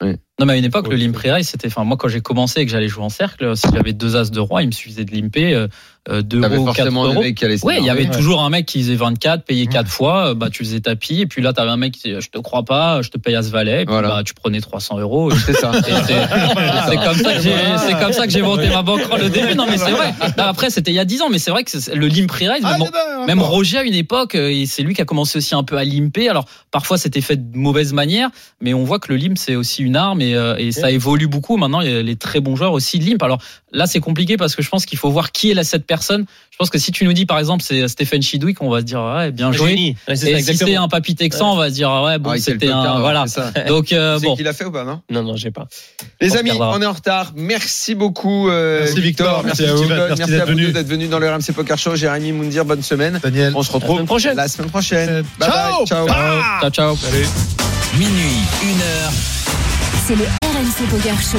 S4: Mais
S3: Non, mais à une époque,
S4: Ouais,
S3: le
S4: c'est-
S3: limp raise, c'était. Enfin, moi, quand j'ai commencé et que j'allais jouer en cercle, si j'avais deux as de roi, il me suffisait de limper euh, euh, deux
S1: T'avais
S3: euros ou quatre
S1: forcément un
S3: euros.
S1: mec qui allait
S3: Ouais, il y avait
S4: Ouais.
S3: toujours un mec qui faisait 24, payé quatre fois, euh, bah, tu faisais tapis, et puis là, t'avais un mec qui disait, je te crois pas, je te paye à ce valet, et puis
S1: Voilà.
S3: bah, tu prenais 300 euros. et-
S1: C'est ça. Ah,
S3: et C'est c'est comme ça que j'ai, c'est comme ça que j'ai monté ma banquerolle au début. Non, mais c'est vrai. Non, après, c'était il y a 10 ans, mais c'est vrai que c'est- le limp raise,
S5: Ah,
S3: même,
S5: bah,
S3: même Roger à une époque, euh, et c'est lui qui a commencé aussi un peu à limper. Alors parfois c'était fait de mauvaise manière, mais on voit que le limp c'est aussi une arme et, euh, et ça évolue beaucoup. Maintenant, il y a les très bons joueurs aussi limp. Alors là c'est compliqué parce que je pense qu'il faut voir qui est là, cette personne. Je pense que si tu nous dis par exemple c'est Stéphane Chidwick, on va se dire ouais bien joué.
S5: Génie. Ouais, c'est
S3: Et
S5: ça,
S3: si c'est
S5: exactement.
S3: un papy texan, on va se dire ah ouais bon
S1: Ah, il fait le
S3: c'était
S1: tocard,
S3: un
S1: ouais,
S3: voilà.
S1: c'est ça.
S3: Donc euh,
S1: Tu sais
S3: bon.
S1: qu'il a fait ou pas, non
S5: Non, non, j'ai pas.
S1: Les
S3: On
S1: amis,
S3: regardera.
S1: on est en retard. Merci beaucoup, euh,
S2: Merci, Victor.
S1: Merci,
S2: Merci à vous.
S1: Steven.
S2: Merci
S1: Merci
S2: d'être
S1: à vous
S2: venu.
S1: deux d'être venus dans le RMC Poker Show. Jérémy Moundir, bonne semaine.
S2: Daniel.
S1: On se retrouve
S5: semaine prochaine.
S1: la semaine prochaine. Bye
S2: Euh, Ciao.
S1: bye. Ciao.
S3: Ciao ciao.
S8: Minuit, 1 heure.
S7: C'est le RMC Poker Show.